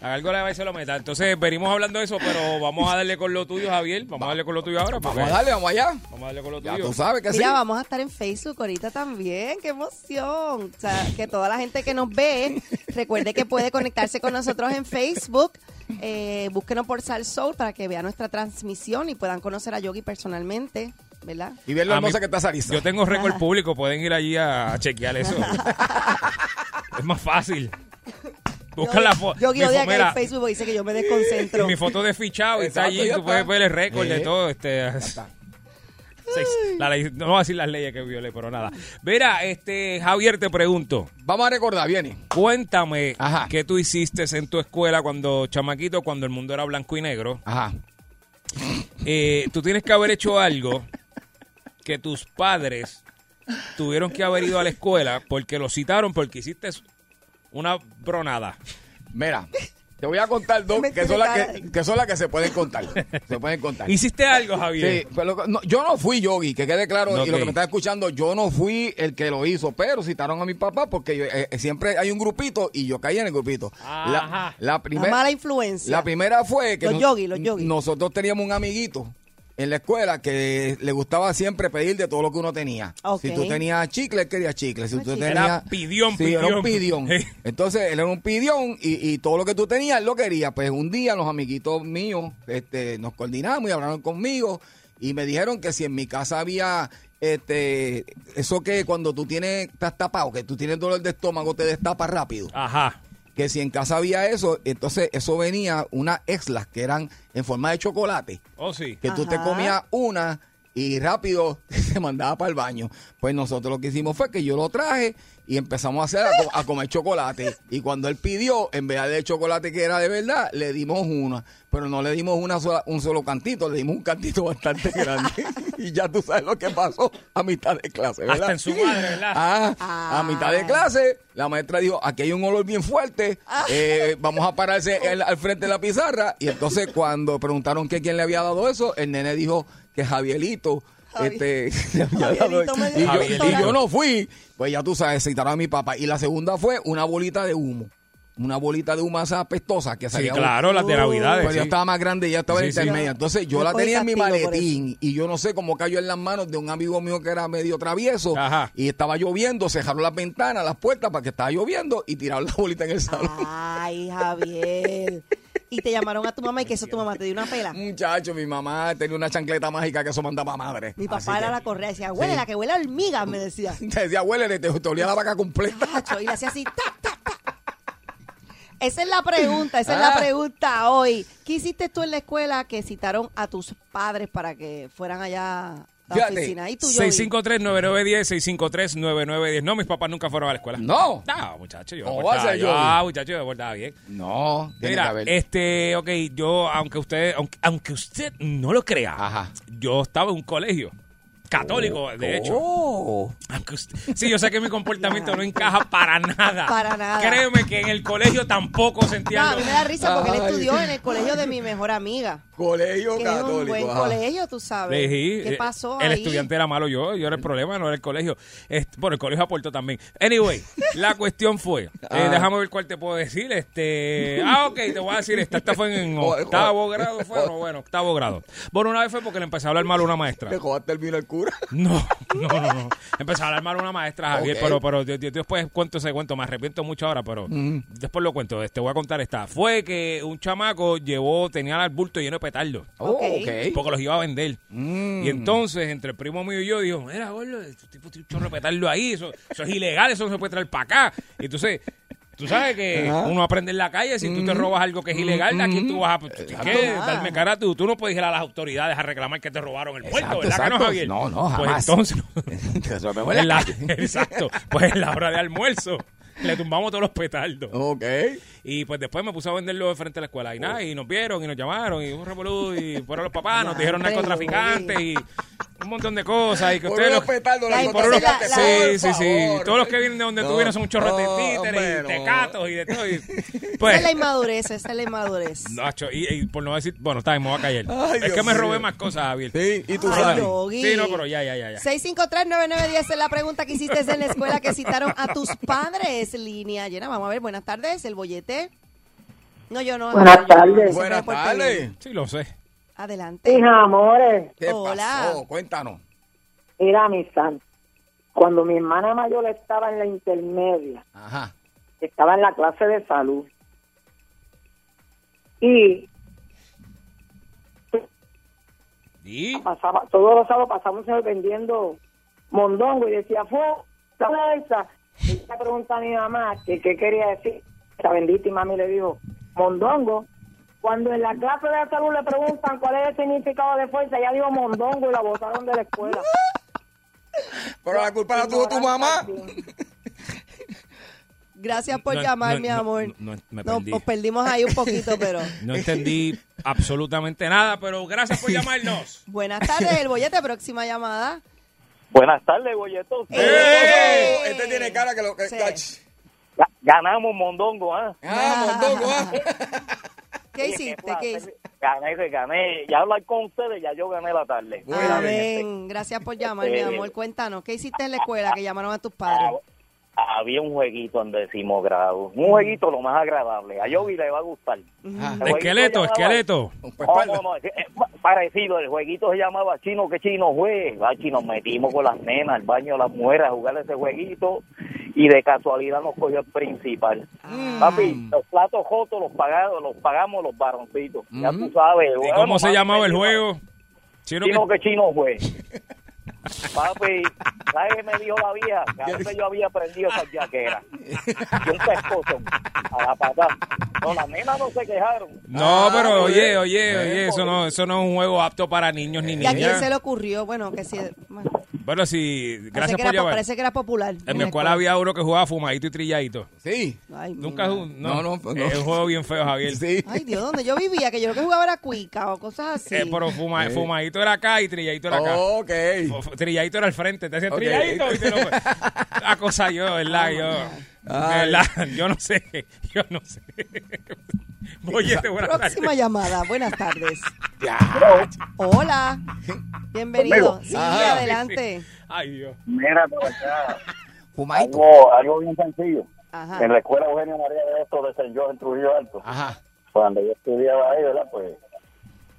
La gárgola de Barcelometa. Entonces, venimos hablando de eso, pero vamos a darle con lo tuyo, Javier. Vamos a darle con lo tuyo ahora.
Vamos
porque-
a darle, vamos allá.
Vamos a darle con lo
Ya
tuyo.
tú sabes que
Mira,
sí.
vamos a estar en Facebook ahorita también. ¡Qué emoción! O sea, que toda la gente que nos ve, recuerde que puede conectarse con nosotros en Facebook. Eh, búsquenos por Sal Soul para que vean nuestra transmisión y puedan conocer a Yogi personalmente, ¿verdad?
Y ver lo
A
hermosa
mí-
que está Sarisa.
Yo tengo récord público, pueden ir allí a chequear eso. es más fácil. Buscan la foto.
Yogi
mi
odia
fo-
que
mira,
en Facebook dice que yo me desconcentro.
mi foto de fichado y está
Exacto,
allí,
ya
tú
está.
puedes ver el récord de
Sí.
todo. Este, Seis- la ley- no voy a decir las leyes que violé, pero nada. Mira, este, Javier, te pregunto.
Vamos a recordar, viene.
Cuéntame
Ajá.
qué tú hiciste en tu escuela cuando chamaquito, cuando el mundo era blanco y negro.
Ajá.
Eh, tú tienes que haber hecho algo que tus padres tuvieron que haber ido a la escuela porque lo citaron porque hiciste una bronada.
Mira, te voy a contar dos
Me
que son,
tiene
las
cara
que,
de-
que son las que se pueden contar. Se pueden contar.
¿Hiciste algo,
Sí,
Javier?
pero no, yo no fui yogi, que quede claro,
Ok.
y lo que me está escuchando, yo no fui el que lo hizo, pero citaron a mi papá porque yo, eh, eh, siempre hay un grupito y yo caí en el grupito.
Ajá.
La, la
La
primera,
mala influencia.
la primera fue que
Los
nos-
yogis, los yogis.
nosotros teníamos un amiguito en la escuela que le gustaba siempre pedir de todo lo que uno tenía.
Ok.
Si tú tenías chicle, él quería chicle. Si
Ah,
tú
chicle.
tenías,
Era pidión,
Sí, era un
pidión.
pidión. Entonces él era un pidión y, y todo lo que tú tenías él lo quería. Pues un día los amiguitos míos este, nos coordinamos y hablaron conmigo y me dijeron que si en mi casa había este eso que cuando tú tienes estás tapado, que tú tienes dolor de estómago te destapa rápido
Ajá.
que si en casa había eso, entonces eso venía unas exlas que eran en forma de chocolate,
Oh, sí.
que tú te
Ajá.
comías una y rápido se mandaba para el baño. Pues nosotros lo que hicimos fue que yo lo traje y empezamos a hacer a, co- a comer chocolate. Y cuando él pidió, en vez de chocolate que era de verdad, le dimos una. Pero no le dimos una sola, un solo cantito, le dimos un cantito bastante grande. y ya tú sabes lo que pasó a mitad de clase, ¿verdad?
Hasta en su madre, ¿verdad?
Ah,
Ah.
A mitad de clase, la maestra dijo, aquí hay un olor bien fuerte,
Ah.
eh, vamos a pararse el- al frente de la pizarra. Y entonces cuando preguntaron que quién le había dado eso, el nene dijo que Javierito.
Javi-
Este, le había dado
Javierito me
eso.
dio
y, yo,
Javierito.
y yo no fui. Pues ya tú sabes, citaron a mi papá. Y la segunda fue una bolita de humo. Una bolita de humo esa apestosa que
Sí,
salía
claro, las de Navidades.
pero yo
sí.
estaba más grande y Uh, pues ya estaba en
Sí, sí.
intermedia. Entonces yo
Me
la
cogí
tenía en mi
castigo por
maletín y yo no sé cómo cayó en las manos de un amigo mío que era medio travieso.
Ajá.
Y estaba lloviendo, se cerraron las ventanas, las puertas para que estaba lloviendo y tiraron la bolita en el salón.
Ay, Javier. Y te llamaron a tu mamá y que eso tu mamá te dio una pela.
Muchacho, mi mamá tenía una chancleta mágica que eso mandaba madre.
Mi papá era la correa, decía, huele, la que huele a hormiga, me decía.
Te decía, abuela, te, te olía la vaca completa.
Cacho, y le hacía así, ta, ta, ta. Esa es la pregunta, esa es la pregunta hoy. ¿Qué hiciste tú en la escuela que citaron a tus padres para que fueran allá a la
Fíjate,
oficina? ¿Y tú, Joey?
653-9910, 653-9910. No, mis papás nunca fueron a la escuela.
No.
No, muchacho, yo me
¿Cómo va a
portaba
ser,
yo-
Johnny?
Ah, muchacho, yo me portaba bien.
No, tiene que
Mira,
haber.
este, ok, yo, aunque usted, aunque, aunque usted no lo crea,
Ajá.
yo estaba en un colegio católico, de hecho.
Oh.
Aunque usted- sí, yo sé que mi comportamiento no encaja para nada.
Para nada.
Créeme que en el colegio tampoco
No,
sentía
a
algo.
mí me da risa porque él
Ay.
estudió en el colegio de mi mejor amiga.
Colegio
Que es
católico. Ah,
un buen
ajá.
colegio, tú sabes.
Sí,
¿Qué
eh,
pasó
El
ahí? Mm.
estudiante era malo yo, yo era el problema, no era el colegio. Este, bueno, el colegio aportó también. Anyway, la cuestión fue, eh,
Ah.
déjame ver cuál te puedo decir. Este, ah, ok, te voy a decir esta. Esta fue en octavo grado, fue, no, bueno, octavo grado. Bueno, una vez fue porque le empecé a hablar mal a una maestra.
Te jodaste el vino al culo. basura.
No, no, no, no. Empezaba a armar una maestra, Javier,
Ok.
pero, pero yo- yo- yo después cuento ese cuento, me arrepiento mucho ahora, pero
Mm.
después lo cuento, te voy a contar esta. Fue que un chamaco llevó, tenía el bulto lleno de petardos.
Oh,
Ok.
ok.
Porque los iba a vender.
Mm.
Y entonces, entre el primo mío y yo, dijo, mira, gordo, este tipo tiene un chorro de petardo ahí, eso, eso es ilegal, eso no se puede traer para acá. Y entonces, tú sabes que uno aprende en la calle, si
Mm.
tú te robas algo que es ilegal, ¿a quién tú
Mm-hmm.
vas a...? pues, tú tienes que darme cara tú, tú no puedes ir a las autoridades a reclamar que te robaron el puerto,
Exacto,
¿verdad que no,
exacto.
Javier?
No, no, jamás.
Pues
Te lo vemos en
entonces,
la
en la-
calle.
exacto, pues en la hora de almuerzo le tumbamos todos los petardos.
Ok.
Y pues después me puse a venderlo de frente a la escuela. Y nada, y nos vieron y nos llamaron y un revolú y fueron los papás, nos dijeron
Madre
narcotraficantes y un montón de cosas. Y que
Por
ustedes
unos
los-
petardos,
Ay,
los
por unos-
la- la-
sí,
por
sí, sí.
favor.
Todos los que vienen de donde tú
No,
vienes son un chorro
no,
de títeres y
hombre, no.
tecatos y de todo. y-
Esa es la
pues,
inmadurez, esa es la inmadurez.
Nacho, y, y por no decir, bueno, está bien, me voy a caer.
Ay,
es que
Dios
me robé
mío.
más cosas, Javier.
Sí, y tú
Ah,
Ay,
sabes.
Yogi.
Sí, no, pero ya, ya, ya, ya.
653-9910 es la pregunta que hiciste en la escuela que citaron a tus padres. Línea llena, vamos a ver, buenas tardes, el bollete. No, yo no.
Buenas
yo no, yo
tardes.
no,
Buenas
por pedir.
tardes.
Sí, lo sé.
Adelante.
Mis amores,
¿Qué
Hola.
pasó? Cuéntanos.
era mi santo. Cuando mi hermana mayor estaba en la intermedia,
Ajá.
estaba en la clase de salud. Y
Y
pasaba, todos los sábados pasamos vendiendo mondongo y decía, fue la esa. Y ella pregunta a mi mamá que qué quería decir. La bendita y mami le dijo, mondongo. Cuando en la clase de salud le preguntan cuál es el significado de fuerza, ella dijo mondongo y la botaron de la escuela.
Pero la culpa la tuvo tu mamá.
Gracias por
No,
llamar,
no,
mi
no,
amor.
no, no, me
No,
perdí.
nos perdimos ahí un poquito, pero.
no entendí absolutamente nada, pero gracias por llamarnos.
Buenas tardes, el bollete, próxima llamada.
Buenas tardes, bolletos.
¡Eh!
¡Eh! Este tiene cara que lo que.
Sí.
Ga- Ganamos Mondongo, ¿ah?
Ah, mondongo, ah.
¿Qué
Oye,
hiciste?
placer.
¿Qué hiciste?
Gané, que gané. Ya hablar con ustedes, ya yo gané la tarde.
Bueno.
Amén. Gracias por llamar, mi
Eh.
amor. Cuéntanos, ¿qué hiciste en la escuela que llamaron a tus
Ah,
padres?
Había un jueguito en décimo grado. Un jueguito lo más agradable. A Yogi le va a gustar.
Ajá.
El
Ah. Esqueleto,
jueguito llamaba-
esqueleto.
Pues,
No,
espalda.
no, no, eh, eh, pa- parecido, el jueguito se llamaba Chino que Chino fue. Ah, Aquí nos metimos con las nenas al baño de las mujeres a jugar ese jueguito y de casualidad nos cogió el principal. Papi, los platos jotos los pagados, los pagamos los varoncitos. Ya tú sabes.
¿Y
bueno,
cómo se
papi,
llamaba el
chino-
juego? Chino
Chino
que-
que Chino fue. Papi, ¿sabes qué me dijo la vieja? Que antes yo había aprendido esa yaquera. Y un pescozo a la patada. No, las nenas no se quejaron.
No,
Ah,
pero
muy
oye,
bien.
oye, oye, eso no, eso no es un juego apto para niños ni
¿Y a quién
niñas.
se le ocurrió? Bueno, que sí. bueno,
Bueno, sí,
parece,
gracias
que
por
era, po-
llevar.
parece que era popular.
En mi escuela había uno que jugaba fumadito y trilladito.
Sí.
Ay, mi
Nunca
madre.
jugó. No,
No,
no,
no, no.
Es un juego bien feo, Javier.
Sí.
Ay, Dios, donde yo vivía, que yo lo que jugaba era cuica o cosas así.
Eh, pero fuma- fumadito era acá y trilladito era acá.
Ok.
F- f- Trilladito era al frente, te decían
Oh. Ok.
trilladito y te lo. La cosa yo, ¿verdad? Yo, de verdad, yo no sé, yo no sé. Oye, te voy a
Próxima llamada, buenas tardes.
Ya.
Hola, bienvenido. Sí,
Ajá.
adelante.
Ay, Dios.
Mira, por acá.
Fumadito.
Algo, algo bien sencillo.
Ajá.
En la escuela Eugenio María de Esto de San Jorge en Trujillo
Ah.
Alto,
Ajá.
cuando yo estudiaba ahí, ¿verdad? Pues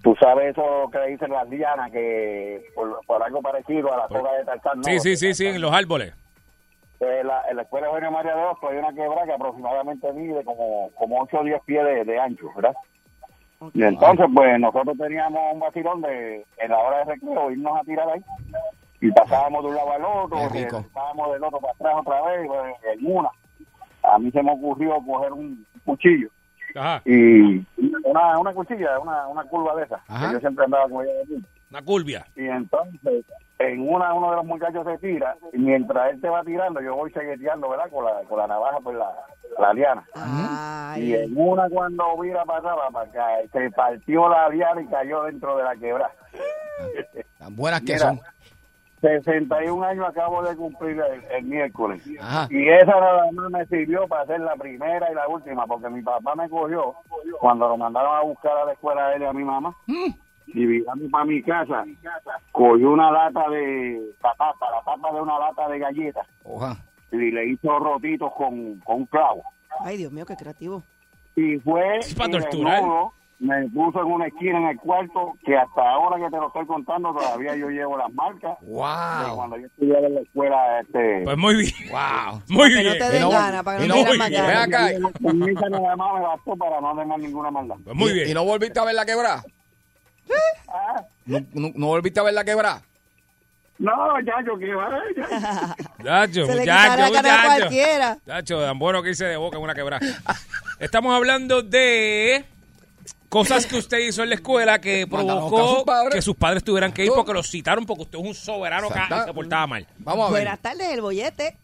tú sabes eso que dicen las dianas, que por, por algo parecido a la toga de Tartán. ¿no?
Sí, sí, sí, sí, en los árboles.
Pues, en la, en la escuela Eugenio María de Esto hay una quebrada que aproximadamente mide como, como 8 o 10 pies de, de ancho, ¿verdad? Y entonces, pues nosotros teníamos un vacilón de, en la hora de recreo, irnos a tirar ahí. Y pasábamos de un lado al otro,
Qué rico.
pasábamos del otro para atrás otra vez, pues, en una. A mí se me ocurrió coger un cuchillo
Ajá,
y una, una cuchilla, una, una curva de esa,
Ajá.
que yo siempre andaba con ella de aquí.
una curvia.
Y entonces, en una, uno de los muchachos se tira, y mientras él se va tirando, yo voy segueteando, ¿verdad? Con la, con la navaja, pues la, la liana. Y
Ay,
en una, cuando vira pasaba para acá, se partió la liana y cayó dentro de la quebrada.
Tan buenas que
Mira,
son.
61 años acabo de cumplir el, el miércoles.
Ajá.
Y esa nada más me sirvió para hacer la primera y la última, porque mi papá me cogió cuando lo mandaron a buscar a la escuela a él y a mi mamá.
Mm.
Y vino para mi casa, cogió una lata de la tapa, la tapa de una lata de galletas
Oja.
y le hizo rotitos con, con un clavo.
ay, Dios mío, qué creativo.
Y fue
Es para
y
torturar.
desnudo,
me puso en una esquina en el cuarto que hasta ahora que te lo estoy contando todavía yo llevo las marcas de
¡Wow!
cuando yo estudiaba en la escuela este
Pues muy bien.
¡Wow!
Muy
Que no
bien.
te den
no-
ganas, para que
y
no
no-
te dieran más
Ven
ganas.
acá.
la camisa nada más me bastó para no tener ninguna maldad
Pues muy
¿Y-
bien.
¿Y no volviste a ver la quebrada? ¿No, no, no volviste a ver la quebrada?
no ya yo que ay, ya.
Muchacho,
Se le quitara la
muchacho,
cara a
muchacho.
cualquiera.
Muchacho, tan bueno que hice de boca en una quebrada. Estamos hablando de cosas que usted hizo en la escuela que
Mandaron a buscar a
provocó
sus padres.
que sus padres tuvieran que ir porque los citaron porque usted es un soberano que
Exacta-
se portaba mal.
Vamos a ver.
Buenas tardes, el bollete.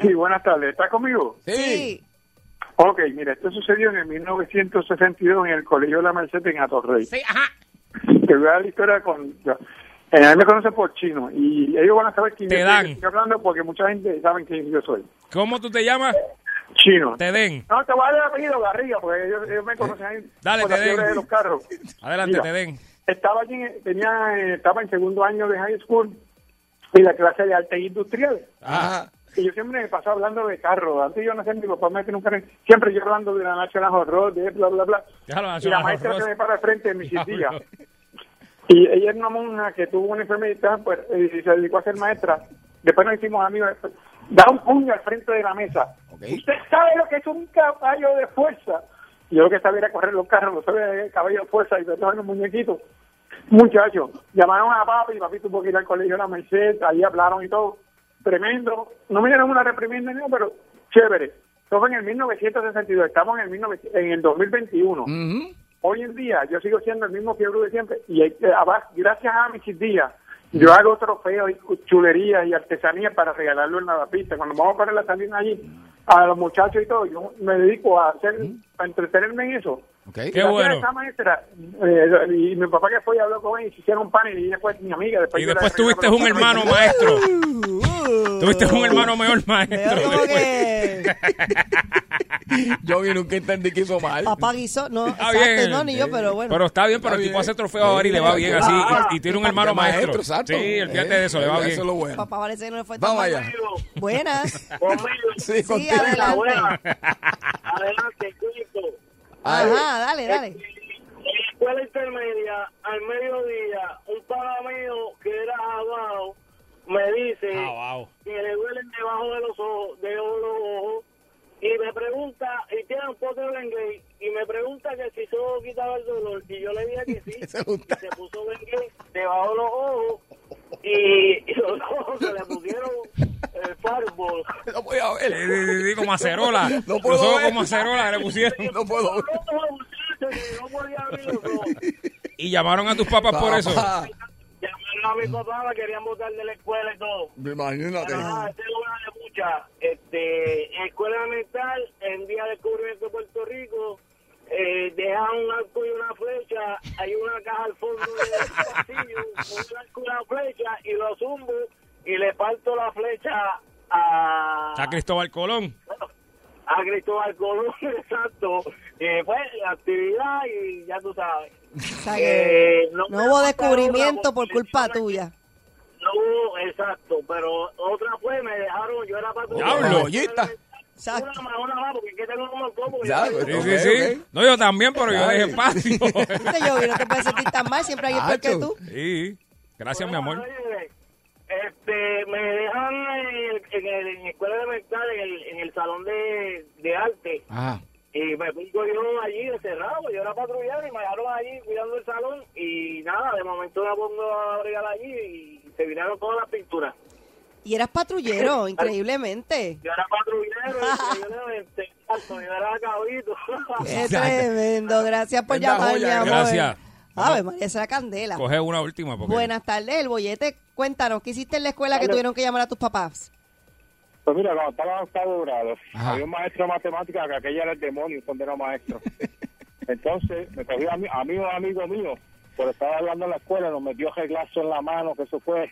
sí buenas tardes ¿estás conmigo?
Sí.
ok mira esto sucedió en el 1962 en el colegio de la Merced en Atorrey
Sí, ajá.
te voy a dar la historia con... En mí me conocen por chino y ellos van a saber quién
Te
yo soy,
dan.
que estoy hablando porque mucha gente sabe quién yo soy.
¿Cómo tú te llamas?
Chino.
Te den.
No, te voy a dar el apellido Garriga porque ellos, ellos me conocen ahí
Dale,
por
te
la fiebre
den.
de los carros.
Adelante,
Mira.
te den.
Estaba allí, en- tenía, eh, estaba en segundo año de high school y la clase de arte industrial.
Ajá.
Y yo siempre me pasaba hablando de carros. Antes yo no sé, mi papá me nunca... Siempre yo hablando de la National Horror, de bla, bla, bla.
Déjalo,
Y la
National
maestra
Horror.
que me para al frente me insistía.
Diablo.
Y ella era una monja que tuvo una enfermedad pues, y se dedicó a ser maestra. Después nos hicimos amigos. pues, Da un puño al frente de la mesa.
Ok.
¿Usted sabe lo que es un caballo de fuerza? Y Yo lo que sabía era correr los carros, lo sabía el caballo de fuerza y todos los muñequitos. Muchachos, llamaron a papi y papi tuvo que ir al colegio de la Merced, ahí hablaron y todo. Tremendo. No me dieron una reprimenda, ni nada, pero chévere. Eso fue en el 1962, estamos en el, 19 en el 2021.
Ujú.
Hoy en día yo sigo siendo el mismo fiebre de siempre y eh, abas- gracias a mis días yo hago trofeos y chulerías y artesanías para regalarlo en la pista. Cuando vamos para la salina allí, a los muchachos y todo, yo me dedico a hacer, a entretenerme en eso.
Ok.
Qué
Gracias
bueno.
a esa maestra eh, y mi papá que fue y habló con él y se hicieron pan y después mi amiga. Después
Y
yo la
después
regalé
tuviste
por-
un hermano maestro. Tuviste
Tuviste
un hermano mayor maestro.
Uh. Veo como que
Yo nunca entendí que hizo mal.
papá guisó. No,
Está
exacto,
bien.
no, ni yo, pero bueno.
Pero está bien, pero
Está
el tipo
bien. Ah,
hace trofeo ahora y le va bien así. Y, y tiene un
Porque
hermano
es
maestro.
exacto. Eh,
Sí, olvídate de Eh, eso, le va
Eso
bien.
es lo bueno.
Papá parece que no le fue tan
Vamos
mal.
allá.
Buenas.
Conmigo,
Sí,
Sí,
contigo.
adelante.
adelante, Cuito.
Ah,
Ay,
Ajá, dale, dale.
En la escuela intermedia, al mediodía, un pana mío que era abajo me dice
Ah, wow.
que le duelen debajo de los ojos, de los ojos, y me pregunta, y tiene un poco de Bengay, y me pregunta que si solo quitaba el dolor, y yo le dije que sí,
Ese gusta.
y se puso Bengay debajo de los ojos, y, y los ojos se le pusieron el fireball.
no voy a
Sí,
ver.
sí, sí, como acerola.
No
Los
puedo
ojos
ver.
como acerola le pusieron.
No puedo ver.
No podía abrir los ojos.
Y llamaron a tus papás por eso.
Papá,
Llamaron a mi papá, la querían botar de la escuela y todo.
Imagínate.
Ah, esa es una de muchas. Este, escuela militar, en día de descubrimiento de Puerto Rico, eh, dejan un arco y una flecha, hay una caja al fondo del pasillo, un arco y una flecha, y lo zumbo y le parto la flecha a...
Está Cristóbal Colón.
a Cristóbal Colón, exacto. Eh, fue la actividad y ya tú sabes.
O sea que
Eh, no
no
me
hubo
ha pasado
descubrimiento
una
por culpa
porque-
tuya.
No hubo, exacto, pero otra fue, me dejaron, yo era patrulla.
Diablo.
Joyita.
Exacto.
Una más, una más, porque aquí tengo un montón. porque
Ya,
yo-
pues,
Sí, sí,
Ok,
sí.
ok.
No, yo también, pero yo
Ay.
dejé espacio.
Viste, yo no te puedes sentir tan mal, siempre hay el que
Acho.
tú.
Sí. Gracias, mi amor.
Oye, Este, me dejan en, el- en, el- en escuela elemental, en el, en el salón de, de arte,
Ajá.
y me pongo yo allí encerrado, porque yo era patrullero y me dejaron allí cuidando el salón, y nada, de momento me pongo a bregar allí y se vinieron todas las pinturas.
Y eras patrullero, increíblemente.
Yo era patrullero, y yo era este, yo era cabrito.
Qué tremendo. Gracias por
Tremenda
llamar,
joya,
mi amor.
gracias.
Ave María, esa era candela.
Coge una última. Porque...
Buenas tardes, el bollete. Cuéntanos, ¿qué hiciste en la escuela que
Hola.
tuvieron que llamar a tus papás?
Pues mira, cuando estaba en octavo grado,
Ajá.
había un maestro de matemáticas que aquella era el demonio, cuando era maestro. Entonces, me cogió a mí, a mí un amigo mío, por estar hablando en la escuela, nos metió reglazo en la mano, que eso fue.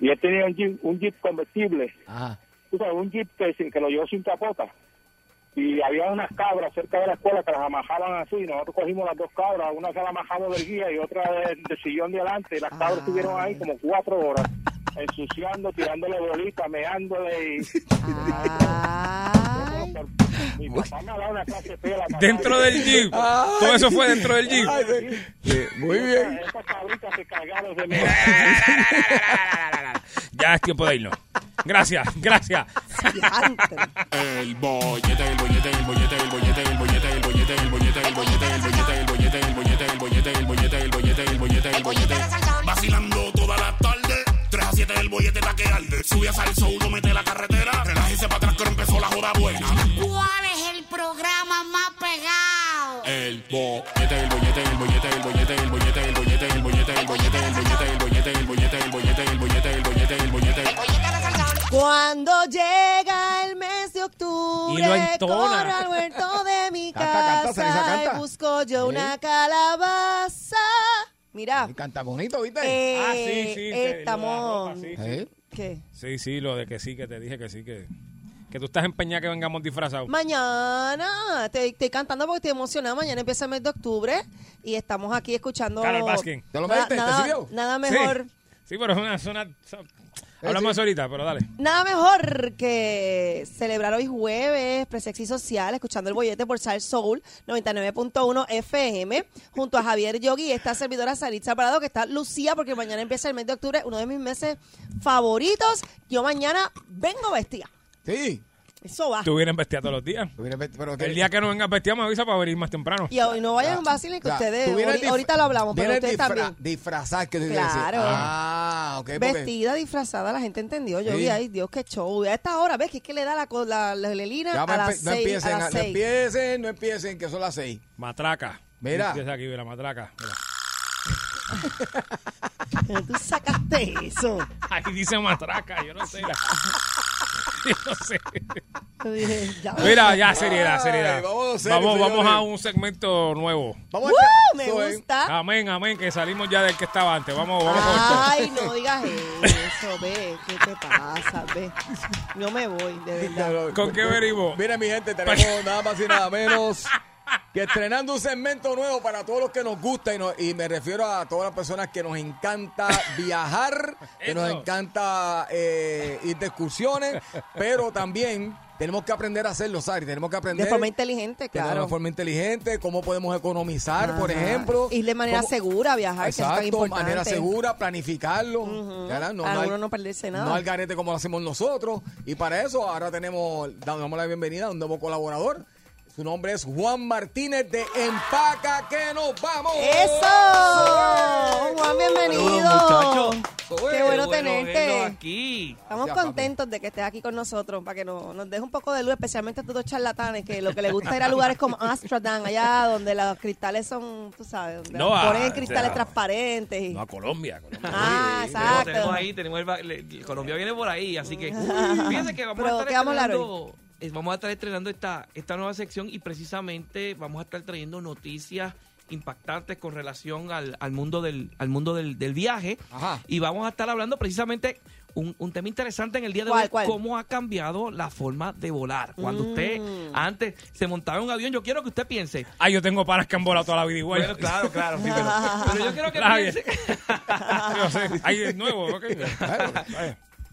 Y él tenía un jeep, un jeep convertible,
Ajá.
tú sabes, un jeep que, sin- que lo llevó sin capota. Y había unas cabras cerca de la escuela que las amajaban así. Nosotros cogimos las dos cabras, una se la amajamos del guía y otra del, del sillón de adelante. Y las cabras
Ah.
estuvieron ahí como cuatro horas, ensuciando, tirándole bolitas, meándole y...
Ay,
Mi papá me ha dado una clase de pela. papá.
Dentro del jeep.
Ay.
Todo eso fue dentro del jeep.
Ay, sí. Sí, Muy bien.
Esas cabritas se cargaron de mí.
Ya es tiempo de irnos. Gracias, gracias.
Diantre.
El bollete, el bollete, el bollete, el bollete, el bollete, el bollete, el bollete, el bollete, el bollete, el bollete, el bollete, el bollete, el bollete, el bollete, el bollete, el bollete. Vacilando toda la tarde. 3 a 7 el bollete está que arde. Sube a salso, uno mete la carretera. Relájese para atrás que ahora empezó la joda buena.
¿Cuál es el programa más pegado?
Eh.
El bollete, el bollete, el bollete, el bollete, el bollete, el bollete, el bollete, el bollete, el bollete, el bollete, el bollete, el bollete, el bollete, el bollete, el bollete.
Cuando llega el mes de octubre,
Y lo entona.
corro al huerto de mi
Canta, canta,
casa
Sarisa, canta.
y busco yo
Sí.
una calabaza. Mira,
Canta bonito, ¿viste?
eh,
Ah, sí, sí. de-
estamos...
de la ropa, sí.
¿Eh?
¿Qué?
Sí, sí, lo de que sí, que te dije que sí, que, que tú estás empeñada que vengamos disfrazados.
Mañana, te estoy cantando porque estoy emocionada. Mañana empieza el mes de octubre y estamos aquí escuchando.
Carol Baskin.
¿Te lo
Nada-
pediste? ¿Te
nada,
sirvió?
nada
Sí.
mejor.
Sí, pero es una zona... Hablamos
sí.
ahorita, pero dale.
Nada mejor que celebrar hoy jueves, Presexy Social, escuchando el bollete por Sal Soul 99.1 FM, junto a Javier Yogi y esta servidora Saritza Parado, que está Lucía, porque mañana empieza el mes de octubre, uno de mis meses favoritos. Yo mañana vengo vestida.
Sí.
Eso va.
Tú vienes vestida todos los días.
Tú vienes vesti- Pero que-
El día que no vengas vestida me avisa para venir más temprano.
Y hoy no vayan fáciles que
O sea,
ustedes.
Ah, tú vienes
ahori-
dif-
ahorita lo hablamos, pero
vienes
ustedes
disfra-
también.
Disfrazar, que
Claro.
Ah, ok. porque-
Vestida, disfrazada, la gente entendió. Yo
Sí.
vi, ay, Dios, qué show. A esta hora, ¿ves? Que es que le da la, co- la, la Lelina
Ya
a
me
las
empe- no
seis, a
empiecen, no
las seis.
empiecen, no empiecen, que son las seis.
Matraca.
Mira.
Empieza aquí, mira, matraca. Mira.
Pero Tú sacaste eso.
Ahí dice matraca, yo no sé. la- Yo no sé.
Yo dije, ya.
Mira, ya, seriedad,
Ay,
seriedad.
vamos,
Vamos,
serio,
vamos
señores.
a un segmento nuevo.
Vamos
¡Woo!
estar-
Me
Soy-
gusta.
Amén, amén, que salimos ya del que estaba antes. Vamos, Ah, vamos con esto.
¿Ah? Ay, no digas eso, ve. ¿Qué te pasa, ve? No me voy, de verdad.
¿Con qué venimos?
Mira, mi gente, tenemos nada más y nada menos que estrenando un segmento nuevo para todos los que nos gusta y, nos- y me refiero a todas las personas que nos encanta viajar, que nos
Eso.
encanta eh, ir de excursiones, pero también tenemos que aprender a hacerlo, Sari. Tenemos que aprender
De forma inteligente,
de una
claro.
forma inteligente, cómo podemos economizar, por
Ajá.
ejemplo.
Ir de manera
Cómo-
segura, viajar, que es tan
Exacto,
importante.
manera segura, planificarlo.
Ujú.
¿verdad?
Para
hay-
uno no perderse nada.
No al garete como lo hacemos nosotros. Y para eso ahora tenemos, damos la bienvenida a un nuevo colaborador. Su nombre es Juan Martínez de Empaca que nos vamos.
¡Eso! Juan, bienvenido.
Saludos,
Qué bueno
verlos
tenerte.
aquí.
Estamos
Ya, papi.
contentos de que estés aquí con nosotros para que nos, nos deje un poco de luz, especialmente a todos los charlatanes que lo que les gusta ir a lugares como Amsterdam, allá donde los cristales son, tú sabes, donde
No, ah,
ponen en cristales
ya.
transparentes. y-
No, a Colombia, a Colombia.
ah,
Tenemos,
exacto.
tenemos ahí, tenemos el, ba- le- le- Colombia viene por ahí, así que fíjense que vamos
Pero,
a estar
¿qué vamos a hablar
estrenando- eh, vamos a estar estrenando esta, esta nueva sección y precisamente vamos a estar trayendo noticias impactantes con relación al, al mundo del al mundo del, del viaje
Ajá.
y vamos a estar hablando precisamente un, un tema interesante en el día de
¿Cuál,
hoy
cuál?
cómo ha cambiado la forma de volar cuando usted antes se montaba en un avión yo quiero que usted piense
Ah, yo tengo panas que han volado toda la vida igual.
bueno, claro claro sí, pero, pero yo quiero que
Claro.
piense
Yo sé. Ahí es nuevo, ok.
Claro.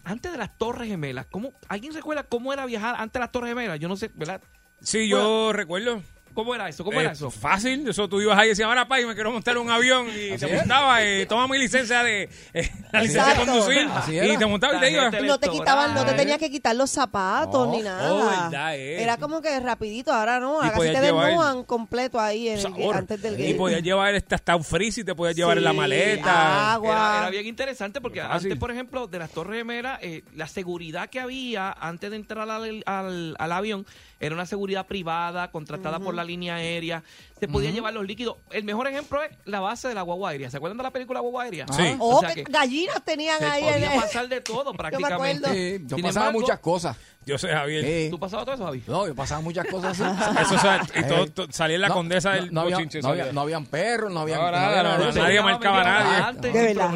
antes de las Torres Gemelas, ¿cómo, ¿alguien recuerda cómo era viajar antes de las Torres Gemelas? Yo no sé, ¿verdad?
Sí, yo recuerdo.
¿Cómo era eso? ¿Cómo era
Eh,
eso?
Fácil, eso tú ibas ahí y decías, ahora pay, me quiero montar en un avión y te montabas, eh, toma mi licencia de eh, la licencia
Exacto.
de conducir
Así
y
era.
te montabas y te
La
ibas.
gente
No te quitaban, no te
electoral.
tenías que quitar los zapatos
No.
ni nada.
Oh, verdad, eh.
Era como que rapidito, ahora no,
Y
ahora sí
podías
te
llevar-
desnudan completo ahí en el-
sabor.
antes del
Y
game.
podías llevar este hasta un freezer, te podías llevar en la
Sí,
maleta. Ah,
agua.
Era, era bien interesante porque
Fácil.
Ah, antes, por ejemplo, de las Torres Gemelas, eh, la seguridad que había antes de entrar al, al- al avión era una seguridad privada, contratada por la línea aérea. Se podía llevar los líquidos. El mejor ejemplo es la base de la guagua aérea. ¿Se acuerdan de la película Guagua Aérea? Ah.
Sí.
Oh,
O sea
que
que
gallinas tenían
se
ahí en
podía
el-
pasar de todo prácticamente.
acuerdo.
Sí, yo
Sin
pasaba
embargo,
muchas cosas.
Yo sé, Javier.
Sí.
¿Tú pasabas todo eso, Javi?
No, yo pasaba muchas cosas así.
Eso, o sea, y
Eh.
todo, todo- salía en la
No,
condesa
no-
del
no, había-
bochinche,
no, había-
salía.
no habían perros, no había
No, nada, no, no, nadie marcaba a nadie.
De verdad,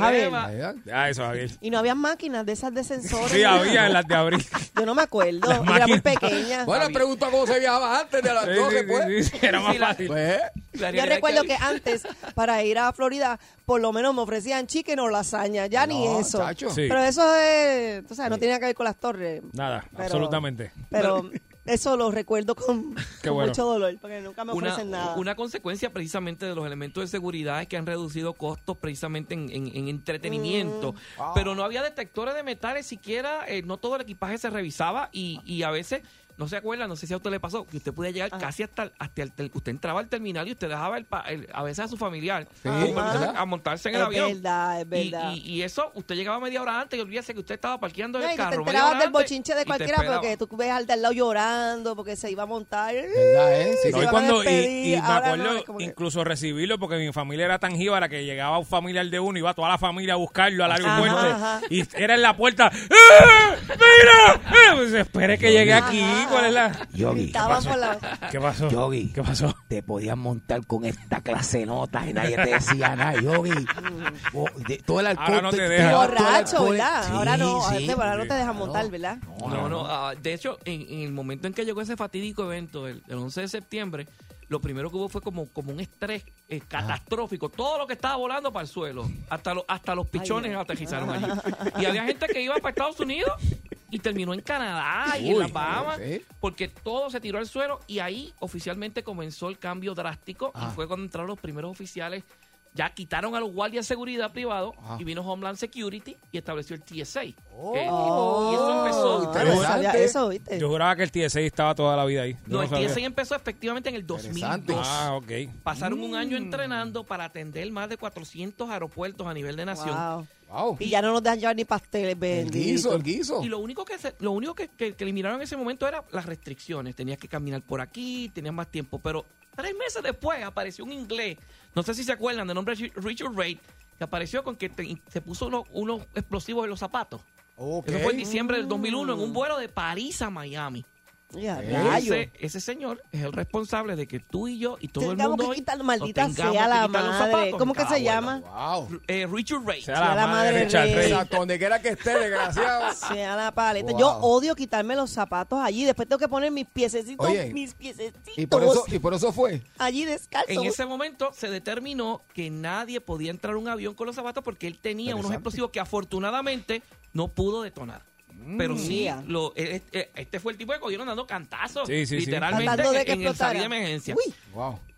Ah, eso, Javier.
Y no había máquinas de esas de sensores.
Sí, había en las de abril.
Yo no me acuerdo.
Las
Yo era muy
máquinas.
pequeña.
Bueno, pregunta cómo se viajaba antes de las
Sí,
12,
sí,
pues.
sí, sí, Era más
Sí, la-
fácil.
Pues,
Yo recuerdo que antes, para ir a Florida, por lo menos me ofrecían chicken o lasaña.
Ah,
Ya ni
no,
eso.
chacho.
Sí.
Pero eso es, tú sabes, no tenía que ver con las torres.
Nada,
Pero-
absolutamente.
Pero Eso lo recuerdo con,
Qué
con
bueno.
mucho dolor, porque nunca me ofrecen nada.
una consecuencia precisamente de los elementos de seguridad es que han reducido costos precisamente en, en- en entretenimiento.
Mm. Ah.
Pero no había detectores de metales siquiera, eh, no todo el equipaje se revisaba y, y a veces, no se acuerdan, no sé si a usted le pasó, que usted podía llegar casi hasta, el- hasta el, tel- usted entraba al terminal y usted dejaba el, pa- el- a veces a su familiar
Ajá.
con permiso a montarse en el
Es
avión.
verdad, es
Y-
verdad.
Y, y eso, usted llegaba media hora antes y olvídese que usted estaba parqueando
No,
el
y que te
carro. media
enterabas
hora
del
antes
bochinche de
y te
cualquiera
esperaba.
porque tú ves al de al lado llorando porque se iba a montar. Se
No, y
iban a
cuando, y,
despedir.
y me
Ahora no,
acuerdo
es como que-
incluso recibirlo porque mi familia era tan jíbara que llegaba un familiar de uno y iba toda la familia a buscarlo al
Ajá,
aeropuerto
ajá.
y era en la puerta ¡Eh! ¡Mira! ¡Eh! Pues, espere que llegue
Ajá,
aquí
ajá.
¿cuál es la...?
Yogi.
¿Qué pasó? ¿Qué pasó?
Yogi.
¿Qué pasó?
Te podías montar con esta clase de notas y nadie te decía nada, Yogi. Oh, de- todo el alcohol.
Ahora no te
todo
dejan.
el alcohol-
Borracho,
todo el-
¿verdad?
pues, Sí,
ahora no,
sí.
ahora, ahora no te dejan montar, ¿verdad?
No, no, ah, de hecho, en, en el momento en que llegó ese fatídico evento, el, el 11 de septiembre, lo primero que hubo fue como, como un estrés eh, catastrófico. Todo lo que estaba volando para el suelo, hasta, lo- hasta los pichones aterrizaron allí. Y había gente que iba para Estados Unidos y terminó en Canadá y en
Uy,
las Bahamas,
sí.
porque todo se tiró al suelo y ahí oficialmente comenzó el cambio drástico
Ah.
y fue cuando entraron los primeros oficiales. Ya quitaron a los guardias de seguridad privado
Ah.
y vino Homeland Security y estableció el TSA. Eh,
Oh.
y eso empezó.
Ah, no sabía eso, ¿viste?
Yo juraba que el TSA estaba toda la vida ahí. Yo
No, el
sabía.
TSA empezó efectivamente en el 2002.
Ah, ok.
Pasaron un año entrenando para atender más de 400 aeropuertos a nivel de nación.
Wow. Y ya no nos dejan llevar ni pasteles, bendito.
Y lo único que se- lo único que, que- que eliminaron en ese momento eran las restricciones. Tenías que caminar por aquí, tenías más tiempo. Pero tres meses después apareció un inglés, no sé si se acuerdan, de nombre Richard- Richard Reid, que apareció con que te- se puso unos, unos explosivos en los zapatos. Eso fue en diciembre del 2001 en un vuelo de París a Miami.
Ya, rayo.
Ese, ese señor es el responsable de que tú y yo y todo el
Tengamos
mundo
que
hoy
quitar,
nos
maldita
tengamos
sea
que
la
quitar los
madre.
zapatos
¿Cómo
en
que
cada
se
vuelo.
llama?
Eh, Richard Ray.
Sea la la madre madre Richard Rey. Rey.
Exacto, donde quiera que esté, desgraciado.
Sea la paleta.
Wow.
Yo odio quitarme los zapatos allí. Después tengo que poner mis piececitos,
Oye,
mis piececitos
Y por eso, y por eso fue.
allí descalzos.
En ese momento se determinó que nadie podía entrar a un avión con los zapatos porque él tenía unos
Interesante.
explosivos que afortunadamente no pudo detonar. Pero sí,
Mm. Mira.
lo- eh, eh, eh, este fue el tipo que cogieron dando cantazos
Sí, sí, sí.
literalmente
Tratando de que
en el salida de
explotara.
emergencia.
Uy.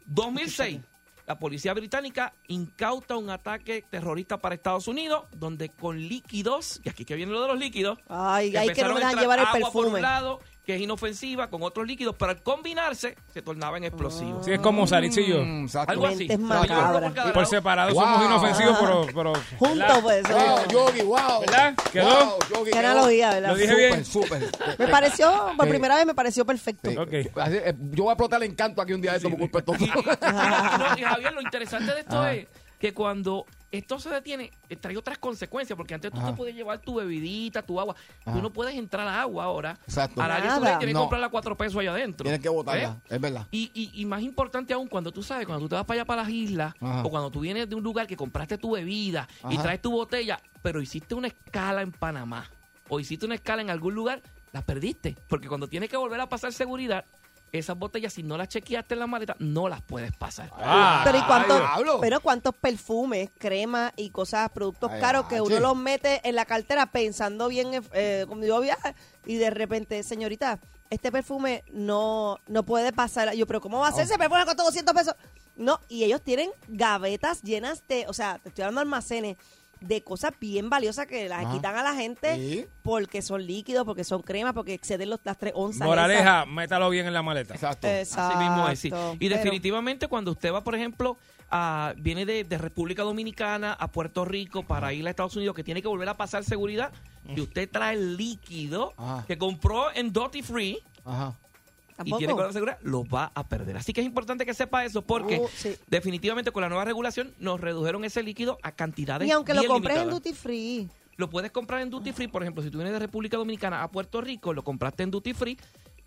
2006, la policía británica incauta un ataque terrorista para Estados Unidos donde con líquidos, y aquí que viene lo de los líquidos,
Ay, ay, que no me
empezaron a
dejan
entrar
llevar el
agua por
perfume.
un lado que es inofensiva con otros líquidos, pero al combinarse se
Ah.
tornaban explosivos.
Sí, es como Saritz y yo.
Mm,
Algo así.
Mentes
Pero yo creo
macabras.
por cada
Por
lado.
separado
Wow.
somos inofensivos, pero... pero ¿verdad?
pues,
Wow, Yogi, wow.
¿Verdad? ¿Quedó?
Wow, Yogi,
Qué
quedó.
analogía, ¿verdad?
Lo dije
Súper,
bien.
súper.
Me pareció, por
Sí.
primera vez me pareció perfecto.
Así, eh, Yo voy a explotar el encanto aquí un día de esto por culpa de todo.
No, y Javier, lo interesante de esto
Ajá.
es que cuando esto se detiene, eh, trae otras consecuencias, porque antes tú
Ajá.
te podías llevar tu bebidita, tu agua.
Ajá.
Tú no puedes entrar a agua ahora.
Exacto.
Ahora alguien
Nada.
tiene que
No.
comprarla a cuatro pesos allá adentro.
Tienes que
¿Eh?
votarla, es verdad.
Y, y, y más importante aún, cuando tú sabes, cuando tú te vas para allá para las islas,
Ajá.
o cuando tú vienes de un lugar que compraste tu bebida y
Ajá.
traes tu botella, pero hiciste una escala en Panamá, o hiciste una escala en algún lugar, la perdiste. Porque cuando tienes que volver a pasar seguridad, esas botellas, si no las chequeaste en la maleta, no las puedes pasar.
Ah,
pero, ¿y
Ah,
cuánto- pero cuántos perfumes, cremas y cosas, productos
Ay,
caros que uno
che.
los mete en la cartera pensando bien, eh, como yo viaje, y de repente, señorita, este perfume no, no puede pasar. Yo, pero ¿cómo va a
Oh.
ser ese perfume costó 200 pesos? No, y ellos tienen gavetas llenas de, o sea, te estoy hablando de almacenes de cosas bien valiosas que las
Ah,
Ajá.
quitan a la gente
Sí.
porque son líquidos, porque son cremas, porque exceden los, las tres onzas.
Moraleja, métalo bien en la maleta.
Exacto.
Exacto.
Así mismo es, sí. Y
pero-
definitivamente cuando usted va, por ejemplo, a- viene de, de República Dominicana a Puerto Rico para ir a Estados Unidos, que tiene que volver a pasar seguridad, y usted trae el líquido
Ah.
Ajá.
que compró en Doty Free
Ajá.
y tiene que volver a seguridad, lo va a perder. Así que es importante que sepa eso porque
Oh, sí.
definitivamente con la nueva regulación nos redujeron ese líquido a cantidades
Y aunque lo
bien
compres en
limitadas.
duty free.
Lo puedes comprar en Duty Free, por ejemplo, si tú vienes de República Dominicana a Puerto Rico, lo compraste en Duty Free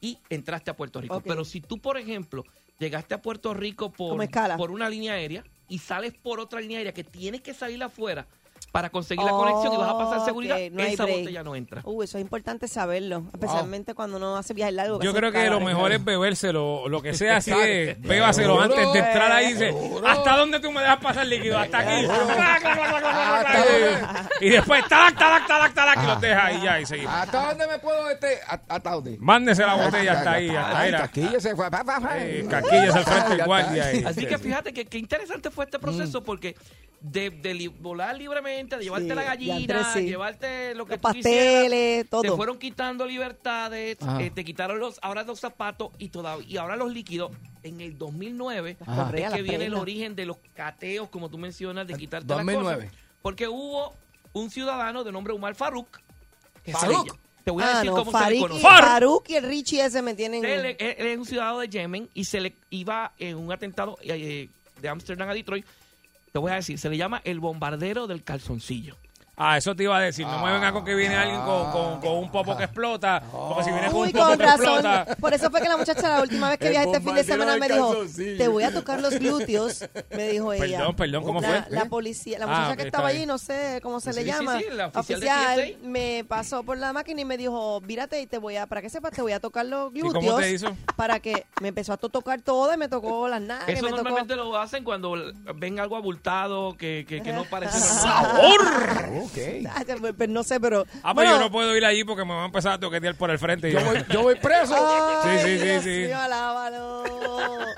y entraste a Puerto Rico.
Ok.
Pero si tú, por ejemplo, llegaste a Puerto Rico por,
Como escala.
por una línea aérea y sales por otra línea aérea que tienes que salir afuera para conseguir la conexión y vas a pasar seguridad,
Ok, no hay
esa
break.
botella no entra.
Uh, eso es importante saberlo, especialmente cuando uno hace viajes largos.
Yo
hace
creo que
calor,
lo mejor es bebérselo, lo que sea así es,
Claro.
bébaselo
Seguro,
antes de entrar ahí y dice,
seguro.
¿hasta dónde tú me dejas pasar líquido? Hasta aquí. Ah, y después, talac, talac, talac, talac, y los deja ahí ya y seguimos.
¿Hasta dónde me puedo este? a- ¿Hasta dónde?
Mándese la botella hasta ahí, hasta ahí.
Caquilla se fue. pa, pa, pa.
Eh, Caquillas al frente del
Ya
guardia.
está.
eh.
Así que fíjate que, qué interesante fue este proceso porque de, de li- volar libremente, de llevarte
Mm. Sí,
la gallina,
diantre, sí.
llevarte lo que
Los
tú quisieras,
pasteles, todo. Ah.
Te fueron quitando libertades,
Ajá.
eh, te quitaron los ahora los zapatos y todavía y ahora los líquidos. En el 2009
Ajá.
es
correas,
que
las
viene el
prendas.
origen de los cateos, como tú mencionas,
Ah,
de quitarte
2009.
las cosas. Porque hubo un ciudadano de nombre Umar Faruk. que se
Farrukh.
le- Te voy a
Ah,
decir
no,
cómo se
Farid
le
y-
conoce.
Faruk y el Richie ese me tienen...
Él, él- él es un ciudadano de Yemen y se le iba en un atentado eh, de Ámsterdam a Detroit. Te voy a decir, se le llama el bombardero del calzoncillo.
Ah, eso te iba a decir. No me vengan con que viene alguien con, con, con un popo que explota. Porque si viene con
Uy,
un popo
con
que
razón.
explota.
Por eso fue que la muchacha la última vez que
El
viajé este fin de
bombardero
semana
del
me dijo,
calzoncillo.
te voy a tocar los glúteos, me dijo ella.
Perdón, perdón, ¿cómo
la,
fue?
La policía, la
Ah,
muchacha
ok,
que
está
estaba
bien.
allí, no sé cómo se
Sí,
le
sí,
llama,
sí, la oficial de TSA.
me pasó por la máquina y me dijo, vírate y te voy a, para que sepas, te voy a tocar los
cómo
glúteos.
te hizo?
Para que me empezó a to- tocar todo y me tocó las nalgas,
Eso
me tocó...
normalmente lo hacen cuando ven algo abultado que, que- que no parece
¡Sabor!
Ok.
Ah, pues, pues, no sé, pero...
Ah, pero
bueno,
yo no puedo ir allí porque me van a empezar a toquetear por el frente. Yo voy,
preso.
Ah,
Sí, sí, sí,
Dios
sí.
mío, alábalo.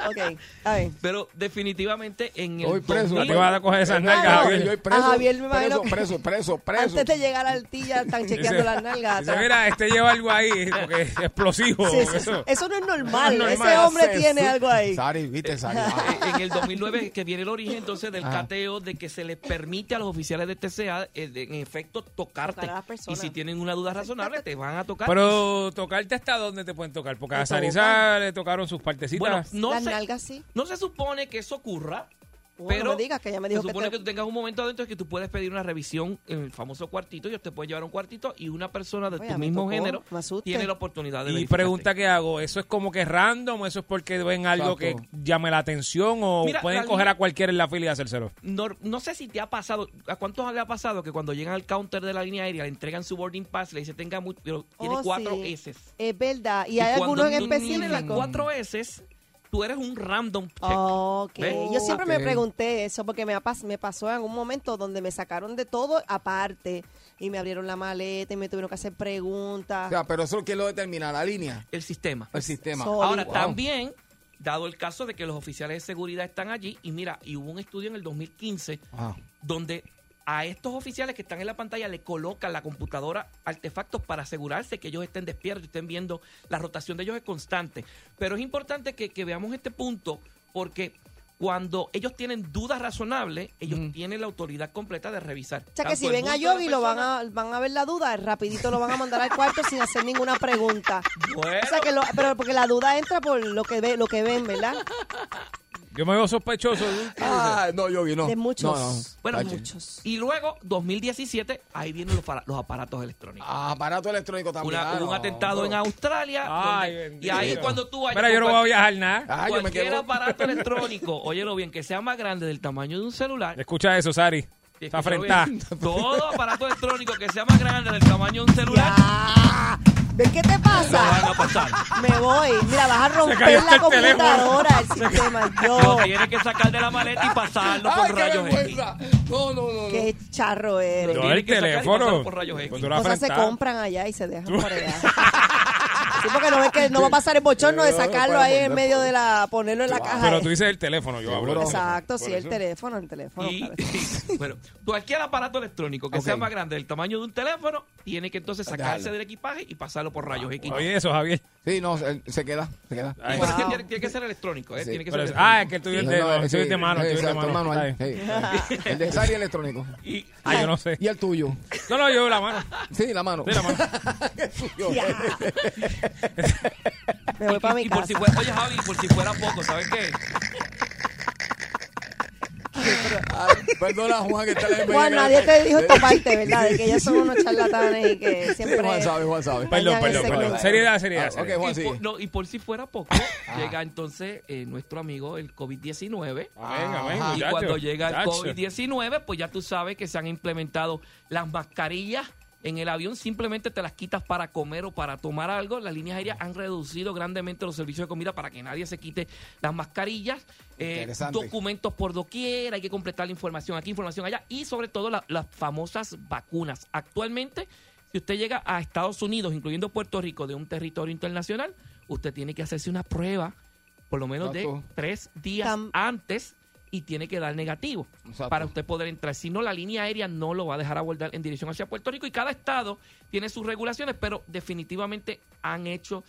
Ok, a ver.
Pero definitivamente en el
Voy preso.
2000,
Te vas a coger esas nalgas, Javier. Yo voy preso,
a Javier me imagino
preso,
que-
preso, preso, preso.
Antes de llegar al tilla están chequeando
Dice-
las nalgas.
Dice, mira, este lleva algo ahí porque es explosivo.
Sí, sí,
eso.
eso no es normal.
No es normal.
Ese hombre
Sí,
tiene
sí.
algo ahí.
Sari, viste, Sari. Ah.
eh, en el 2009 que viene el origen entonces del
Ajá.
cateo de que se les permite a los oficiales de TCA eh, de- en efecto tocarte
Tocar a las personas.
y si tienen una duda razonable te van a tocar
Pero tocarte hasta dónde te pueden tocar. Porque a
Hasta
Sarisa le tocaron sus
bueno
partecitas.
no
las
sé
nalgas sí.
No se supone que eso ocurra,
Bueno,
pero
no me digas que ya me dijo
se
que
supone que,
te-
tú tengas un momento adentro que tú puedes pedir una revisión en el famoso cuartito. Ellos te pueden llevar a un cuartito y una persona de
Oye,
tu
a mí
mismo
tocó,
género
me asusté.
tiene la oportunidad de
y
verificarte.
pregunta que hago, ¿eso es como que random? ¿Eso es porque ven algo que
Exacto.
llame la atención? ¿O
Mira,
pueden
la
coger
li-
a cualquiera en la fila y hacérselo?
No, no sé si te ha pasado, ¿a cuántos le ha pasado que cuando llegan al counter de la línea aérea le entregan su boarding pass, le dice tenga muy, pero tiene
Oh,
cuatro
sí.
S.
Es verdad. Y, hay algunos en específico.
cuatro S, tú eres un random check.
Ok.
¿Ves?
Yo siempre
Ok.
me pregunté eso porque me, ha pas- me pasó en un momento donde me sacaron de todo aparte y me abrieron la maleta y me tuvieron que hacer preguntas.
O sea, pero eso que lo determina la línea,
El sistema.
el sistema.
Sorry.
Ahora,
Wow.
también, dado el caso de que los oficiales de seguridad están allí, y mira, y hubo un estudio en el 2015
Ah.
donde a estos oficiales que están en la pantalla le colocan la computadora artefactos para asegurarse que ellos estén despiertos y estén viendo la rotación de ellos es constante. Pero es importante que, que veamos este punto porque cuando ellos tienen dudas razonables, ellos tienen la autoridad completa de revisar.
O sea que
tanto
si
el
ven a
bulto de la
Yogi lo van
persona-
a, van a ver la duda, rapidito lo van a mandar al cuarto sin hacer ninguna pregunta.
Bueno.
O sea que lo- pero porque la duda entra por lo que ve, lo que ven, ¿verdad?
Yo me veo sospechoso. ¿tú?
Ah, no, Yogi, no.
De muchos.
No, no.
Bueno,
Tache.
muchos.
Y luego, 2017, ahí vienen los, para- los aparatos electrónicos.
Ah, aparato electrónico también.
Una-
ah,
hubo un
no,
atentado
pero-
en Australia.
Ay,
donde- y
bendito.
ahí cuando tú vayas.
Mira, yo no
con
voy a viajar nada.
Ah, yo me
Cualquier
quedo.
aparato electrónico, óyelo bien, que sea más grande del tamaño de un celular.
Escucha eso, Sari.
Escúchalo
Está afrentada.
bien. Todo aparato electrónico que sea más grande del tamaño de un celular,
Ya. Ah, ¿Ves qué te
lo van
pasa?
a pasar.
Me voy. Mira, vas a romper
cayó hasta
la
el teléfono.
computadora, el sistema.
Lo
Yo,
tienes que sacar de la maleta y pasarlo
Ay,
con
qué
rayos X.
vergüenza. No, no, no. no.
qué charro eres.
No,
Tiene
el
que sacar y
teléfono.
pasarlo por rayos X.
Cuando lo
Cosas se
afrentada.
compran allá y se dejan por allá. Sí, porque no ves que no va a pasar el bochorno de sacarlo ahí en medio de la, ponerlo en la caja.
Pero tú dices el teléfono, yo hablo. del
Exacto,
teléfono.
sí,
Por
el
eso.
teléfono, el teléfono.
Y,
claro.
bueno, cualquier aparato electrónico que
Ok.
sea más grande del tamaño de un teléfono, tiene que entonces sacarse
Déjalo.
del equipaje y pasarlo por rayos X.
Oye, eso, Javier.
Sí, no, se, se queda, se queda.
Y
Ay.
por eso
Wow.
tiene, tiene que ser electrónico, ¿eh?
Sí.
Tiene que ser
Pero es-
electrónico.
ah, es que el tuyo es de,
No, no,
el tuyo es
sí,
de mano. El tuyo es de
exacto,
mano.
hermano, ahí,
Está bien.
sí. El de Sari electrónico.
Y-
Ah, yo no sé.
Y el tuyo.
No, no, yo la mano.
Sí, la mano.
Sí, la mano.
El tuyo.
Ya. Me voy para mi
y por
casa.
si fuera, oye Javi, por si fuera poco, ¿sabes qué?
Ah, perdona, Juan, que está en el medio.
Juan, nadie te dijo esta parte, ¿verdad? De que ellos son unos charlatanes y que
Sí,
siempre...
Juan sabe, Juan sabe.
Perdón, perdón,
ese
perdón.
cuento.
Seriedad, seriedad.
Ah, ok,
seriedad.
Juan,
y, por,
sigue.
no, y por si fuera poco, llega entonces eh, nuestro amigo el COVID-19.
Amén, amén,
y
muchacho,
cuando llega el
muchacho.
COVID-19, pues ya tú sabes que se han implementado las mascarillas en el avión, simplemente te las quitas para comer o para tomar algo. Las líneas aéreas han reducido grandemente los servicios de comida para que nadie se quite las mascarillas. Eh,
Interesante.
documentos por doquier, hay que completar la información aquí, información allá y sobre todo la- las famosas vacunas. Actualmente, si usted llega a Estados Unidos, incluyendo Puerto Rico, de un territorio internacional, usted tiene que hacerse una prueba por lo menos de
Exacto.
tres días
Tam-
antes y tiene que dar negativo
Exacto.
para usted poder entrar. Si no, la línea aérea no lo va a dejar abordar en dirección hacia Puerto Rico y cada estado tiene sus regulaciones, pero definitivamente han hecho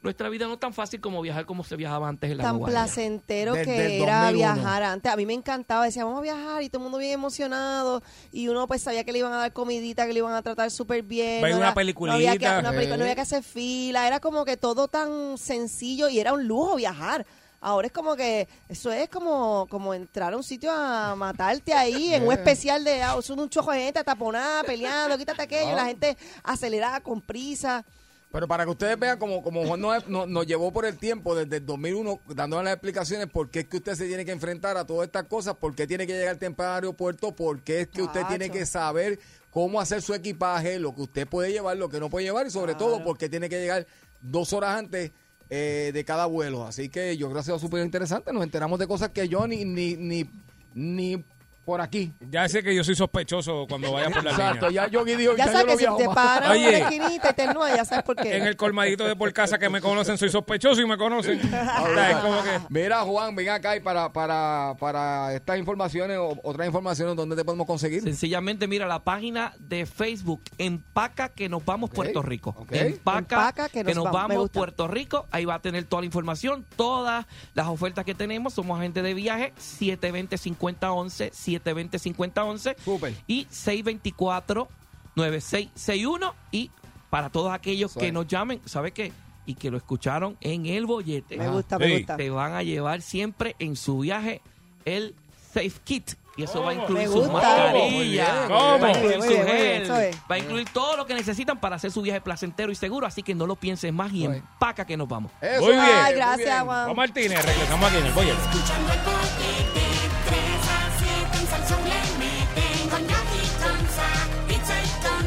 nuestra vida no tan fácil como viajar como se viajaba antes en la
tan
guagua.
placentero
Desde
que
el
era
2001.
viajar antes. A mí me encantaba, decía, vamos a viajar y todo el mundo bien emocionado y uno pues sabía que le iban a dar comidita, que le iban a tratar súper bien.
Ver
no
una
era-
peliculita.
No había, que, una película, no
Sí.
había que hacer fila, era como que todo tan sencillo y era un lujo viajar. Ahora es como que eso es como, como entrar a un sitio a matarte ahí en un
Eh.
especial de ah, son un chojo de gente taponada, peleando, quítate aquello, y
Ah.
la gente acelerada con prisa.
Pero para que ustedes vean como, como Juan nos, nos- nos llevó por el tiempo desde el 2001 dándonos las explicaciones por qué es que usted se tiene que enfrentar a todas estas cosas, por qué tiene que llegar temprano al aeropuerto, por qué es que usted
Chacho.
tiene que saber cómo hacer su equipaje, lo que usted puede llevar, lo que no puede llevar y sobre todo por qué tiene que llegar dos horas antes eh, de cada vuelo. Así que yo creo que ha sido súper interesante, nos enteramos de cosas que yo ni, ni, ni, ni por aquí.
Ya sé que yo soy sospechoso cuando vaya por la
Exacto,
línea.
ya yo Gui dijo,
Ya
yo
sabes
no
que si
viajo
te
más.
paras en una
Oye.
esquinita y te ennúas, ya sabes por qué.
En el colmadito de por casa que me conocen, soy sospechoso y me conocen. O sea, Ah, es como que...
Mira, Juan, ven acá y para, para, para estas informaciones o otras informaciones, ¿dónde te podemos conseguir?
Sencillamente, mira la página de Facebook, Empaca que nos vamos Puerto Rico.
ok.
Empaca,
Empaca
que, nos vamos,
me gusta.
Puerto Rico. Ahí va a tener toda la información, todas las ofertas que tenemos. Somos agentes de viaje 720-5011, 720-5011
Súper.
y 624-9661. Y para todos aquellos
Eso
que
es.
nos llamen, ¿sabe qué? Y que lo escucharon en el bollete.
Me gusta, me
Sí.
gusta.
Te van a llevar siempre en su viaje el Safe Kit. Y eso va a
Me
incluir su
gusta.
mascarilla.
¿Cómo?
Va a
Muy bien,
incluir
Oh, muy
su
bien, muy bien,
gel.
eso es.
Va a incluir todo lo que necesitan para hacer su viaje placentero y seguro. Así que no lo pienses más y
Muy bien.
empaca que nos vamos.
Eso
Muy
es,
bien.
Ay,
muy
gracias,
bien.
Juan.
Juan Martínez, regresamos aquí en el Boyer.
Escuchando el bollete, 3 a 7 en Salsón le meten con Yogi, con Sa, pizza y con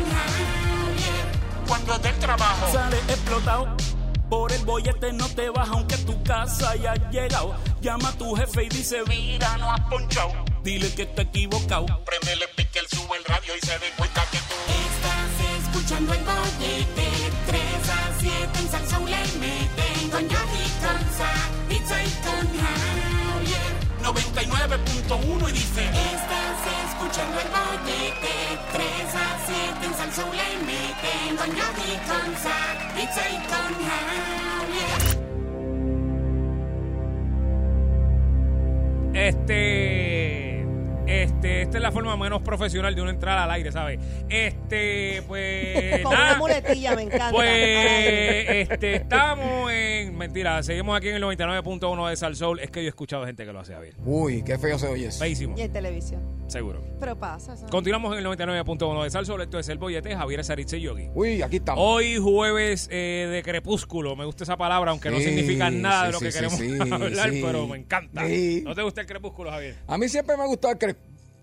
Javier.
Cuando del trabajo sale explotado. Por el bollete no te baja aunque tu casa haya llegado. Llama a tu jefe y dice, mira, no has ponchado. Dile que está equivocado. Prendele pique, él sube el radio y se dé cuenta que tú...
Estás escuchando el bollete, 3 a 7 en Salsón le meten con Yogi, con Sa, pizza y con Javier.
99.1 y dice...
Estás escuchando el bollete, 3 a 7 en Salsón le meten con Yogi, con Sa, pizza y con Javier.
Este, este, esta es la forma menos profesional de una entrada al aire, ¿sabes? Este, pues.
Con una
nada.
muletilla, me encanta.
Pues, este, estamos en. Mentira, seguimos aquí en el 99.1 de Salsoul. Es que yo he escuchado gente que lo hace bien.
Uy, qué feo se oye eso.
Feísimo,
Y en televisión.
seguro.
Pero pasa, eso.
Continuamos en el 99.1 de Salsoul. Esto es el bollete Javier Saritze y Yogi.
Uy, aquí estamos.
Hoy jueves eh, de crepúsculo, me gusta esa palabra, aunque no
Sí,
significa nada de
sí,
lo que
sí,
queremos
sí, sí,
hablar,
sí.
pero me encanta.
Sí.
¿No te gusta el crepúsculo, Javier?
A mí siempre me ha gustado el crep-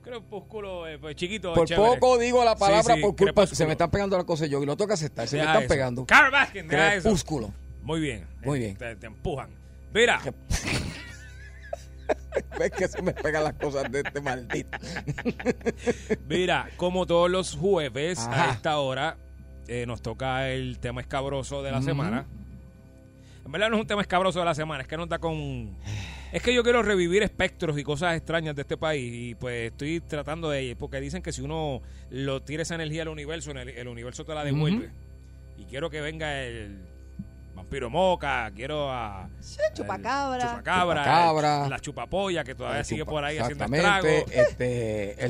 Crepúsculo, eh, pues chiquito.
Por
chévere.
poco digo la palabra
Sí, sí,
por culpa.
crepúsculo.
Se me están pegando las cosas yo y lo toca aceptar. Se me
Deja
están
eso.
pegando.
Carl Baskin, deja eso.
Crepúsculo.
Muy bien.
Muy
Eh,
bien.
Te, te empujan. Mira,
Ves que se me pegan las cosas de este maldito.
mira, como todos los jueves a
Ajá.
esta hora eh, nos toca el tema escabroso de la semana. En verdad no es un tema escabroso de la semana, es que nos da con... Es que yo quiero revivir espectros y cosas extrañas de este país y pues estoy tratando de... Porque dicen que si uno lo tira esa energía al universo, el, el universo te la devuelve. Y quiero que venga el vampiro moca, quiero a...
chupacabra.
el Chupacabra.
Chupacabra.
el- La chupapolla que todavía
El
sigue
chupa-
por ahí haciendo
Exactamente.
estragos.
Este,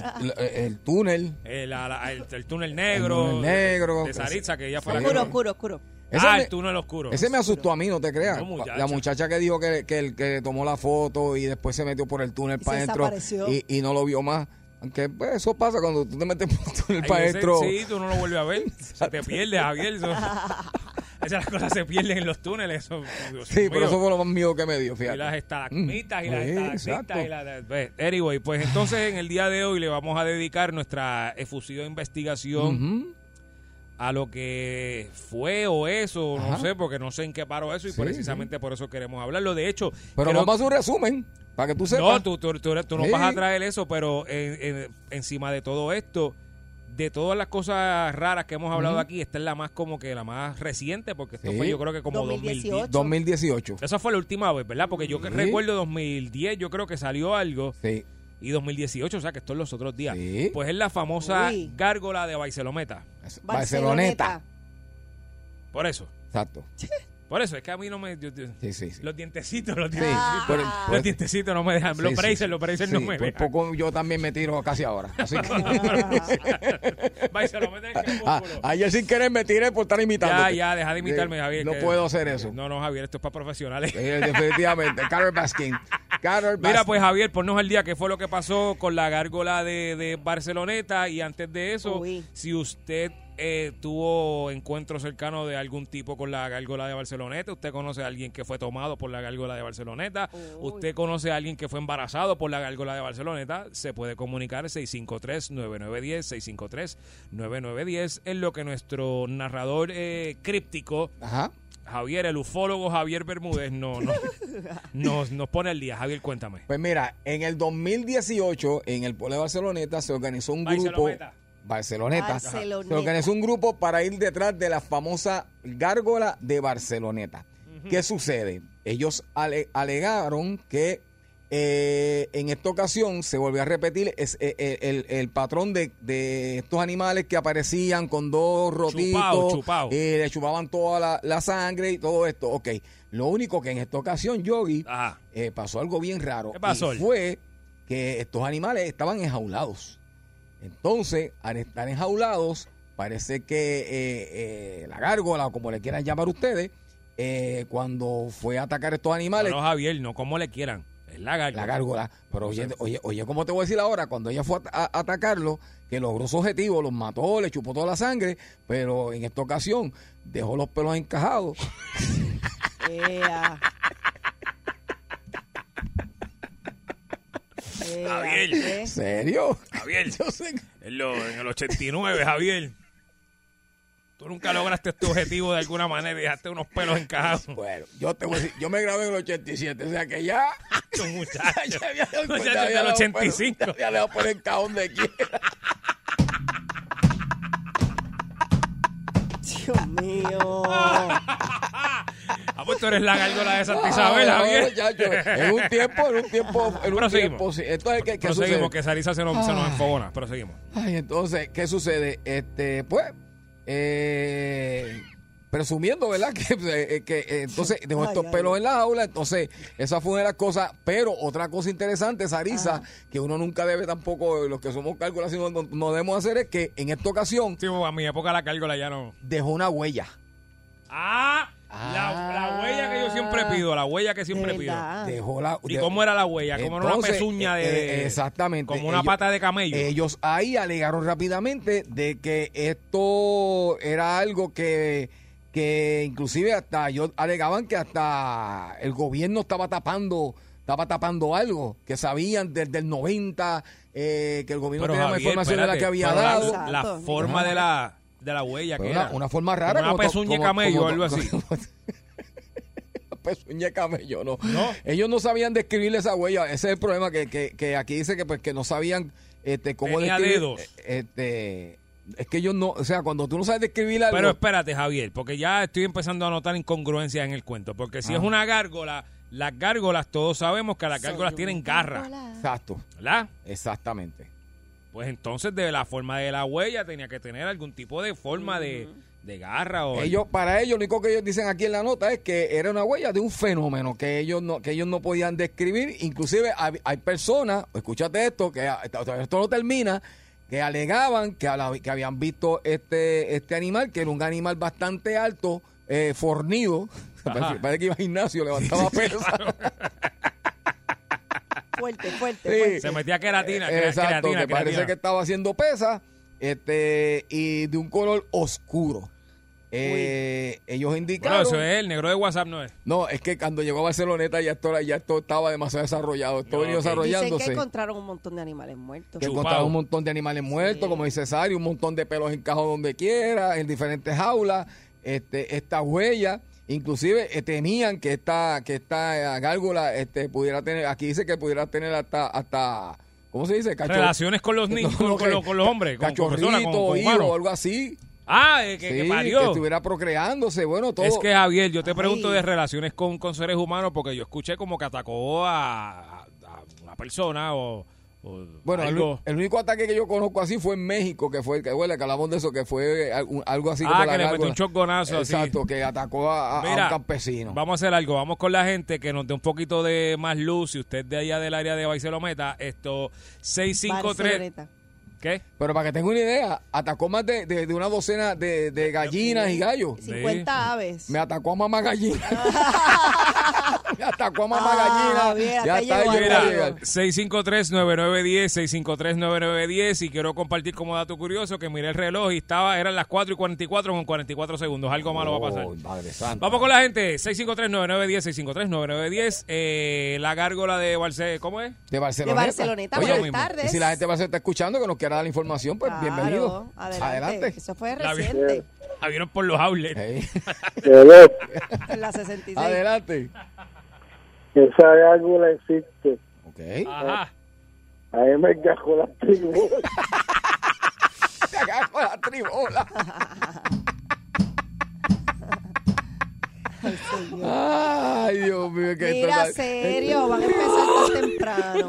el, el túnel.
Eh, El, ala- el- el túnel negro.
El túnel negro.
De Saritza, que ella fue la
Sí.
que-
Oscuro, oscuro, oscuro.
El Ese
ah,
me-
el turno del oscuro.
Ese me asustó a mí, no te creas.
No, muchacha.
La muchacha que dijo que, que, el- que le tomó la foto y después se metió por el túnel para adentro
desapareció.
y, y no lo vio más. Aunque pues, eso pasa cuando tú te metes por el túnel
Ay,
para
ese-
adentro.
Sí, tú no lo vuelves a ver. Se te pierde, Javier. Eso- esas cosas se pierden en los túneles. Eso, Dios
Sí,
mío.
pero eso fue lo más miedo que me dio,
Y las
fíjate.
estalagmitas y
Mm.
las
Sí,
estalactitas
exacto.
y las... pues, Anyway, pues entonces en el día de hoy le vamos a dedicar nuestra efusiva investigación a lo que fue o eso, no
Ajá.
sé, porque no sé en qué paró eso y
Sí,
precisamente por eso queremos hablarlo. De hecho...
Pero
creo-
vamos a hacer un resumen para que tú sepas.
no, tú, tú, tú, tú no
Sí.
vas a traer eso, pero en- en- encima de todo esto, de todas las cosas raras que hemos hablado
Ujú.
aquí, esta es la más como que la más reciente, porque esto
Sí.
fue yo creo que como 2018.
2018.
Esa fue la última vez, ¿verdad? Porque yo que
Sí.
recuerdo 2010, yo creo que salió algo.
Sí.
Y 2018, o sea, que esto es los otros días. Pues es la famosa
Uy.
gárgola de Barcelometa.
Barceloneta.
Por eso.
Exacto.
Por eso, es que a mí no me... yo- yo-
Sí, sí, sí.
Los dientecitos, los
Sí,
dientecitos.
por- por-
los dientecitos no me dejan. los
Sí, sí,
braces,
sí.
los braces
Sí,
no me
por
dejan.
poco yo también me tiro casi ahora. Así que-
Barcelometa es que-
Ah, ayer sin querer me tiré por estar imitando.
Ya, ya, deja de imitarme, Javier.
No
que-
puedo hacer eso.
No, no, Javier, esto es para profesionales.
Eh, definitivamente. Carol Baskin. Carol
Mira,
Baskin.
pues Javier, ponnos al día qué fue lo que pasó con la gárgola de, de Barceloneta y antes de eso,
Uy.
si usted eh, tuvo encuentro cercano de algún tipo con la gárgola de Barceloneta, usted conoce a alguien que fue tomado por la gárgola de Barceloneta, usted conoce a alguien que fue embarazado por la gárgola de Barceloneta, se puede comunicar 653-9910, 653-9910, es lo que nuestro narrador eh, críptico...
Ajá.
Javier, el ufólogo Javier Bermúdez, no, no, nos, nos pone al día. Javier, cuéntame.
Pues mira, en el 2018, en el pueblo de Barceloneta, se organizó un grupo.
Barceloneta.
Barceloneta.
Barceloneta.
Se organizó un grupo para ir detrás de la famosa gárgola de Barceloneta. ¿Qué sucede? Ellos ale- alegaron que eh, en esta ocasión se volvió a repetir es- eh, eh, el, el patrón de, de estos animales que aparecían con dos rotitos.
Chupao, chupao.
eh, le chupaban toda la, la sangre y todo esto. Ok, lo único que en esta ocasión, Yogi,
Ajá.
eh, pasó algo bien raro.
¿Qué pasó?
Y fue que estos animales estaban enjaulados. Entonces, al estar enjaulados, parece que eh, eh, la gárgola, o como le quieran llamar ustedes, eh, cuando fue a atacar estos animales,
No, Javier, no como le quieran. Es la gárgola.
la gárgola. Pero oye, oye, oye, ¿cómo te voy a decir ahora? Cuando ella fue a, a atacarlo, que logró su objetivo, los mató, le chupó toda la sangre, pero en esta ocasión dejó los pelos encajados.
Ea. Ea,
Javier.
¿qué?
¿En serio?
Javier,
Yo sé que-
en, lo- en el 89, Javier. Tú nunca lograste tu objetivo de alguna manera y dejaste unos pelos encajados.
Bueno, yo te voy a decir, yo me grabé en el 87, o sea que ya.
Tú, muchacho.
ya había dado cuenta,
Muchacho,
había
del
dado
85.
cuenta, Ya le voy a poner cajón de quiera.
Dios mío.
Ah, pues tú eres la gárgola de Santa Isabel,
Ah,
Javier.
muchacho, en un tiempo, en un tiempo, en un
Proseguimos.
tiempo. sí. Entonces, ¿qué, qué sucede? Ah.
Proseguimos, que Sarisa se nos, se nos enfogona. Proseguimos.
Ay, entonces, ¿qué sucede? Este, pues, eh, presumiendo, ¿verdad? Que, eh, que, eh, entonces dejó
Ay,
estos
ay.
pelos en la aula, entonces, esa fue una de las cosas. Pero otra cosa interesante, Sarisa, que uno nunca debe tampoco, eh, los que somos cálculos, no, no- no debemos hacer es que en esta ocasión
Sí, pues, a mi época la gárgola ya no...
dejó una huella.
Ah, La, la huella que yo siempre pido, la huella que siempre
De
pido.
Ah. verdad.
Dejó la,
¿Y
de-
cómo era la huella? Como era una
Entonces,
pezuña de,
eh, eh, exactamente.
Como una
Ellos-
pata de camello.
Ellos ahí alegaron rápidamente de que esto era algo que, que inclusive hasta ellos alegaban que hasta el gobierno estaba tapando estaba tapando algo que sabían desde el 90 eh, que el gobierno
Pero,
tenía más
Javier,
información de la
espérate,
que había
pero la-
dado
Exacto.
La, forma de la de la huella
Pero
que
una,
era.
una forma rara
Una
como to-
pezuña de
como-
camello o
como-
algo así.
Una pezuña de camello no.
No.
ellos no sabían describirle esa huella ese es el problema que, que- que aquí dice que pues que no sabían este cómo
Tenía
describir
dedos.
este es que ellos no o sea cuando tú no sabes describir algo
Pero espérate, Javier, porque ya estoy empezando a notar incongruencias en el cuento. Porque
Ah.
si es una gárgola, las gárgolas, todos sabemos que las gárgolas tienen garras.
exacto
¿Verdad?
exactamente
Pues entonces, de la forma de la huella, tenía que tener algún tipo de forma de, de garra o.
ellos para ellos lo único que ellos dicen aquí en la nota es que era una huella de un fenómeno que ellos no que ellos no podían describir inclusive hay, hay personas escúchate esto que a- esto esto no termina que alegaban que, a la- que habían visto este este animal que era un animal bastante alto eh, fornido. Parece, parece que iba al gimnasio, levantaba pesas.
Fuerte, fuerte,
Sí.
fuerte.
Se metía queratina,
Eh,
crea-
Exacto,
creatina,
que parece
creatina.
que estaba haciendo pesas este, y de un color oscuro. Eh, ellos
Bueno,
indicaron.
eso es, el negro de WhatsApp no es.
No, es que cuando llegó a Barceloneta ya esto, era- ya esto estaba demasiado desarrollado. Esto
No,
venía
ok.
Dicen que
desarrollándose.
encontraron un montón de animales muertos.
Que encontraba
Chupao.
un montón de animales muertos, como dice Sari, un montón de pelos encajados donde quiera, en diferentes jaulas, este, estas huellas. Inclusive eh, temían que esta, que esta eh, gárgola este, pudiera tener, aquí dice que pudiera tener hasta, hasta ¿cómo se dice? Cachor-
Relaciones con los niños, con, con- con los hombres. Con, con personas,
Cachorrito,
con- con
hijo,
humanos.
algo así.
Ah, eh, que,
Sí,
que
que
parió.
estuviera procreándose, bueno, todo.
Es que Javier, yo te pregunto
Ay.
de relaciones con, con seres humanos porque yo escuché como que atacó a, a- a una persona o, o
Bueno, el,
algo.
el único ataque que yo conozco así fue en México, que fue el que huele que hablamos de eso, que fue eh, al- un- algo así.
Ah,
como
que
la
le metió
gárgola.
un choconazo así.
Exacto, que atacó a, a- a
Mira,
un campesino.
Vamos a hacer algo, vamos con la gente que nos dé un poquito de más luz. Si usted de allá del área de Baicelometa, esto 653.
Barceloneta.
¿Qué?
Pero para que tenga una idea, atacó más de, de- de una docena de, de gallinas y gallos.
50 aves.
Me atacó a mamá gallina. Me atacó a mamá
Ah,
gallina.
bien,
ya
hasta
está,
llegó,
yo voy
hasta
a
llegó.
llegar.
653-9910, 653-9910 y quiero compartir como dato curioso que miré el reloj y estaba, eran las 4 y 44 con 44 segundos, algo malo va a pasar.
Oh, madre santa.
Vamos con la gente, 653-9910, 653-9910, eh, la gárgola de Barcelona, ¿cómo es?
De Barceloneta.
De Barceloneta,
Oye,
buenas
lo mismo.
tardes.
Y si la gente de Barcelona está escuchando, que nos quiera dar la información, pues
Claro,
bienvenido.
Adelante. Eso fue
La vi-
reciente,
La Ah, vieron por los outlets.
Ey.
en la 66.
Adelante.
Esa gárgola existe.
Ok.
Ajá.
A mí me encajó la tribu.
Te agarro la tribola. Ay, Dios mío, que esto
Mira,
está-
serio, van a empezar tan temprano.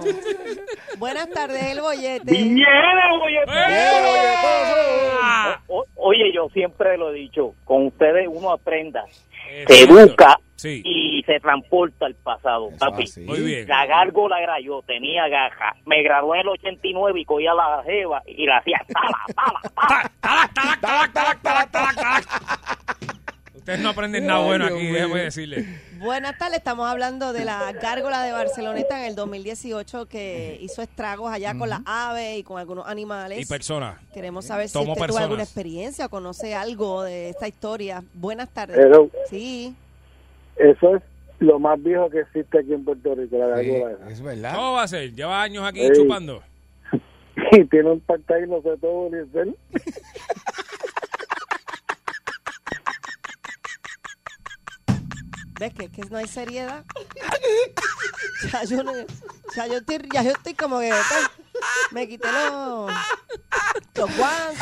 Buenas tardes, el bollete.
¡Viene, bollete!
¡Quiero,
¡Eh!
bolletoso!
Ah,
O- Oye, yo siempre lo he dicho, con ustedes uno aprenda, se
exacto.
educa
Sí.
y se transporta al pasado,
Eso
papi.
así.
Muy bien.
La gárgola era yo, tenía gaja. Me gradué en el 89 y cogía la jeva y la hacía tala, tala, tala.
Talac, talac, talac, talac, talac.
Ustedes no aprenden nada
Ay,
bueno
Dios
aquí,
mío.
déjame decirle.
Buenas tardes, estamos hablando de la gárgola de Barceloneta en el 2018 que hizo estragos allá con las aves y con algunos animales.
Y personas.
Queremos saber si
Tomó
usted tuvo alguna
personas.
experiencia o conoce algo de esta historia. Buenas tardes.
Hello.
Sí.
Eso es lo más viejo que existe aquí en Puerto Rico, la
Sí,
gárgola. esa.
es verdad.
¿Cómo va a ser? Lleva años aquí
Ey.
chupando.
Y tiene un pantalla y no sé todo ni hacer.
¿Ves que, que no hay seriedad? Ya yo, no- ya yo estoy, ya yo estoy como que te- me quité los, los guantes.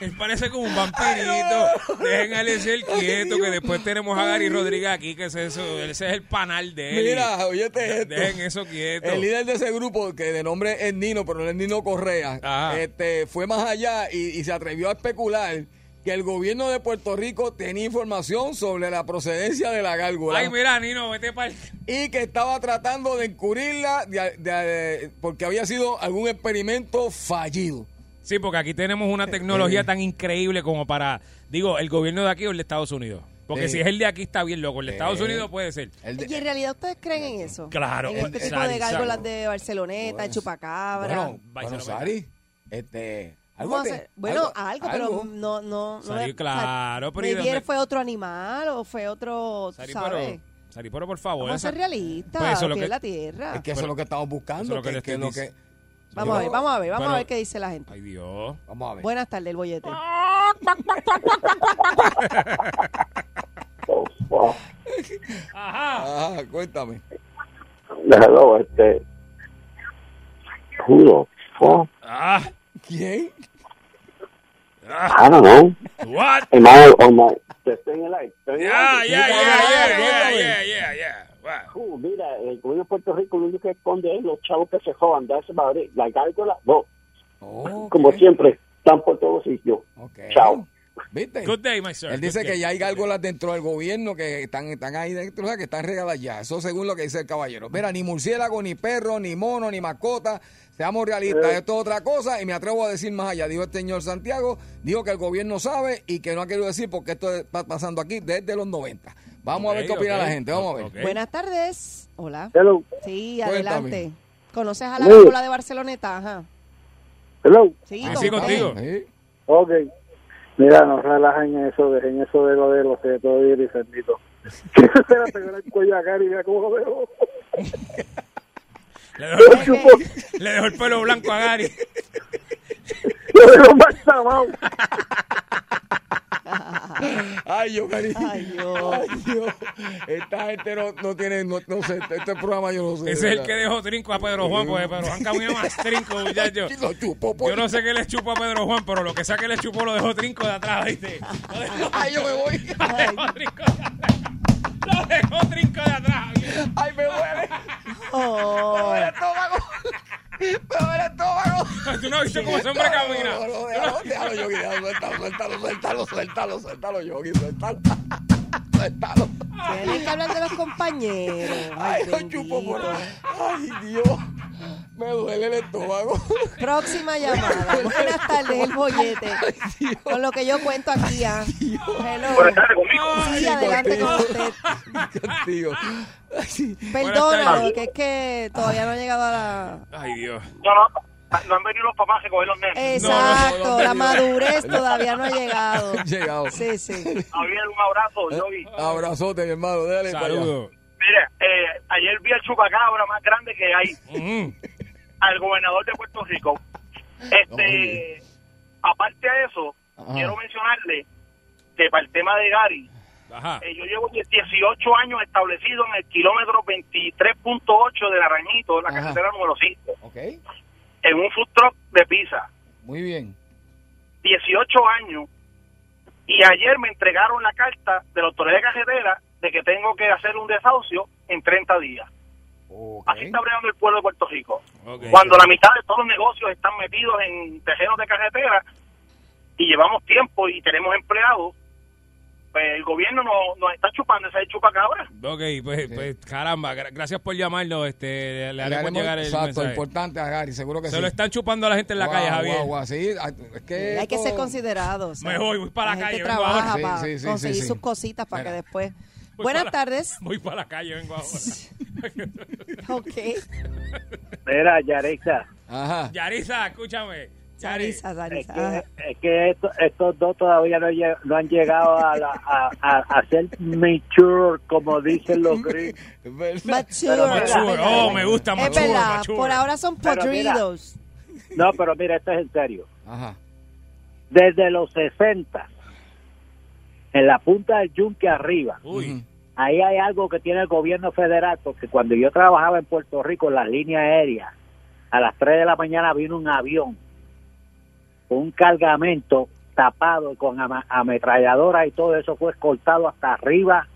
Él parece como un vampirito. Déjenle ser quieto, que después tenemos a Gary Rodríguez aquí, que es eso, ese es el panal de él.
Mira, óyete esto.
Dejen eso quieto.
El líder de ese grupo, que de nombre es Nino, pero no es Nino Correa,
Ajá.
este, fue más allá y, y se atrevió a especular que el gobierno de Puerto Rico tenía información sobre la procedencia de la gárgola
Ay, mira, Nino, vete para el...
y que estaba tratando de encubrirla de- de- de- porque había sido algún experimento fallido.
Sí, porque aquí tenemos una tecnología tan increíble como para, digo, el gobierno de aquí o el de Estados Unidos. Porque
Sí.
si es el de aquí está bien loco, el de Estados
Sí.
Unidos puede ser.
El de- eh,
Y en realidad ustedes creen en eso.
Claro.
En este tipo
Sari,
de
Sari.
gárgolas de Barceloneta, de chupacabra.
bueno,
Vais a
bueno,
la verdad.
Sari, este, algo
Vamos a
te-
hacer- bueno, algo,
algo.
pero no, no, no. o
Sari,
sea,
claro, pero ¿y
maybe
dónde-
fue otro animal o fue otro, tú
Sari,
¿sabes?
pero, Sari, pero por favor.
Vamos a
esa-
ser realistas,
Pues eso es lo
pies
que-
en la tierra.
Es que eso es lo que estamos buscando.
Eso es lo que le
que- que
estoy
lo que-
diciendo.
vamos a ver, vamos a ver, vamos
Pero-
a ver qué dice la gente.
Ay, Dios.
Vamos a ver.
Buenas tardes, el bollete.
Ajá.
Ajá, cuéntame.
Déjalo, este. Juro. Oh,
Ah,
¿Quién?
I don't know.
what?
Am I on my. Estoy en el aire. estoy en el
Yeah,
aire.
yeah, yeah, yeah, yeah,
cuéntame.
yeah, yeah, yeah. Wow.
Uh, Mira, el gobierno de Puerto Rico lo único que esconde es los chavos que se jodan, darse para abrir la gárgola. No,
Oh,
como
ok,
siempre, están por todos sitios.
ok.
Chao.
¿Viste?
Good day, my sir.
Él
Good
dice
day.
que ya hay gárgolas dentro del gobierno que están, están ahí dentro, o sea, que están regadas ya. Eso según lo que dice el caballero. Mira, ni murciélago, ni perro, ni mono, ni mascota. Seamos realistas,
Eh.
esto es otra cosa y me atrevo a decir más allá. Dijo el señor Santiago, dijo que el gobierno sabe y que no ha querido decir porque esto está pasando aquí desde los 90. Vamos a ver
Ok,
qué opina
ok.
la gente, vamos a ver.
Buenas tardes. Hola.
Hello.
Sí,
Cuéntame.
adelante. ¿Conoces a la
Sí.
gárgola de Barceloneta? Ajá.
Hello.
Sí,
Ah,
¿cómo
sí,
no?
contigo.
Sí.
Ok. Mira, no relajen eso, dejen eso de lo de los de todo y sendito. Quiero hacer asegurar el cuello a Gary, mira cómo lo veo.
Le dejó,
Es que-
le dejó el pelo blanco a Gary.
Lo veo más chamado.
Ay, yo, cariño.
Ay, Dios.
Dios. Esta gente no, no tiene, no, no sé, este, este programa yo no sé.
Ese es el
¿verdad?
que dejó trinco a Pedro Juan, porque Pedro Juan camina más trinco, muchacho.
Lo chupó,
Yo no sé qué le chupó a Pedro Juan, pero lo que sea que le chupó lo dejó trinco de atrás, ¿viste? Lo dejó,
Ay, yo me voy.
lo dejó trinco de atrás. Lo dejó trinco de atrás. ¿viste?
Ay, me duele.
Oh,
el estómago. Me duele el estómago.
Tú no viste cómo ese hombre camina.
No, no, no, déjalo, déjalo, Yogi, déjalo, suéltalo, suéltalo, suéltalo, suéltalo, suéltalo, Yogi, suéltalo. Suéltalo.
tienes que hablar de los compañeros. Ay,
Ay, lo chupo por
bendito.
Ay, Dios. Me duele el estómago.
Próxima llamada. Buenas tardes, el bollete. Con lo que yo cuento aquí, ah. Hello. Sí, adelante con usted.
Contigo. Ay, sí.
Perdónalo,
tardes.
que es que todavía no ha llegado a la...
Ay, Dios.
No, no, no han venido los papás que coger los nenes.
Exacto,
no, no,
la
no.
madurez todavía no ha llegado.
Llegado.
Sí, sí.
Javier, un abrazo, Yogi.
Abrazote, mi hermano. Dale para allá.
Saludos.
Mira, eh, ayer vi al chupacabra más grande que hay,
Mm.
al gobernador de Puerto Rico. Este, aparte de eso,
Ajá.
quiero mencionarle que para el tema de Gary,
Ajá.
eh, yo llevo 18 años establecido en el kilómetro 23.8 de Arañito, la
Ajá.
carretera número 5,
Ok,
en un food truck de pizza.
muy bien.
18 años y ayer me entregaron la carta de la autoridad de carretera de que tengo que hacer un desahucio en 30 días.
Ok.
Así está bregando el pueblo de Puerto Rico.
Ok.
Cuando la mitad de todos los negocios están metidos en tejenos de carretera y llevamos tiempo y tenemos empleados, pues el gobierno nos, nos está chupando esa chupacabra.
Ok, pues, pues caramba, gra- gracias por llamarnos. Este, le
Le
haremos
haremos-
llegar el
Exacto,
mensaje.
importante a Gary, seguro que
Se
sí.
lo están chupando a la gente en la
Guau,
calle, Javier.
guau, guau, sí, ah, es que
Hay que ser
esto-
considerados.
Me voy, voy para la calle, vengo
trabaja
ahora.
para
Sí, sí, sí,
conseguir
sí, sí.
sus cositas para que
Mira.
después.
Voy
Buenas
para-
tardes.
Voy para la calle, vengo ahora.
Ok.
Mira, Yarexa,
Ajá.
Yarisa, escúchame. Yari.
Sarisa, Sarisa. Ajá.
estos dos todavía no, han llegado a, ser mature, como dicen los gringos.
Es verdad.
Mature.
Mature, oh, me gusta
Es
mature,
verdad,
mature.
por ahora son
Pero mira.
podridos.
No, pero mira, esto es en serio.
Ajá.
desde los 60, en la punta del yunque arriba,
Uy.
ahí hay algo que tiene el gobierno federal, porque cuando yo trabajaba en Puerto Rico en las líneas aéreas, a las 3 de la mañana vino un avión con un cargamento tapado con ama- ametralladora y todo eso fue escoltado hasta arriba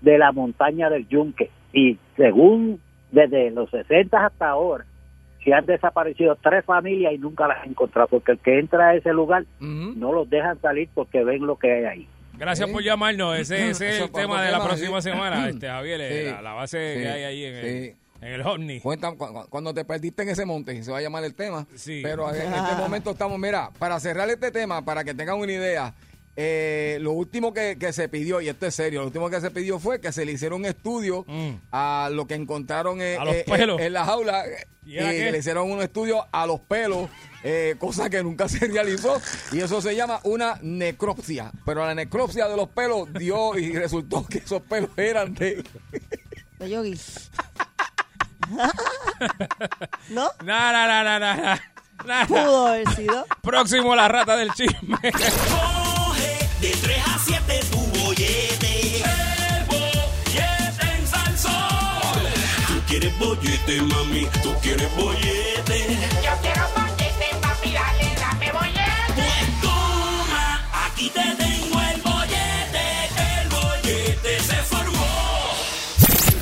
de la montaña del yunque. Y según desde los 60 hasta ahora, se han desaparecido tres familias y nunca las han encontrado, porque el que entra a ese lugar
Ujú.
no los dejan salir porque ven lo que hay ahí.
Gracias
Sí.
por llamarnos. Ese, ese es
Eso
el
para
tema
otro
de la
tema,
próxima
sí.
semana, este, Javier. eh,
Sí.
La, la base
Sí.
que hay ahí en el,
Sí.
en el Omni.
Cuéntame, Pues cu- cu- cuando te perdiste en ese monte, se va a llamar el tema.
Sí.
Pero en este momento estamos, mira, para cerrar este tema, para que tengan una idea, eh, lo último que, que se pidió, y esto es serio, lo último que se pidió fue que se le hiciera un estudio
Mm.
a lo que encontraron eh,
A los
eh,
pelos.
en la jaula.
¿Y era
eh,
qué?
le hicieron un estudio a los pelos, eh, cosa que nunca se realizó, y eso se llama una necropsia. Pero la necropsia de los pelos dio y resultó que esos pelos eran de...
De Yogi. ¿No?
Na, na, na, na, na, na. Na, na.
Pudo haber sido.
Próximo la rata del chisme.
Coge de 3 a 7 tu bollete. El bollete en Salsón. Tú quieres bollete, mami. Tú quieres bollete.
Yo quiero bollete, papi, dale, dame bollete.
Pues toma, aquí te tengo el bollete. El bollete se formó.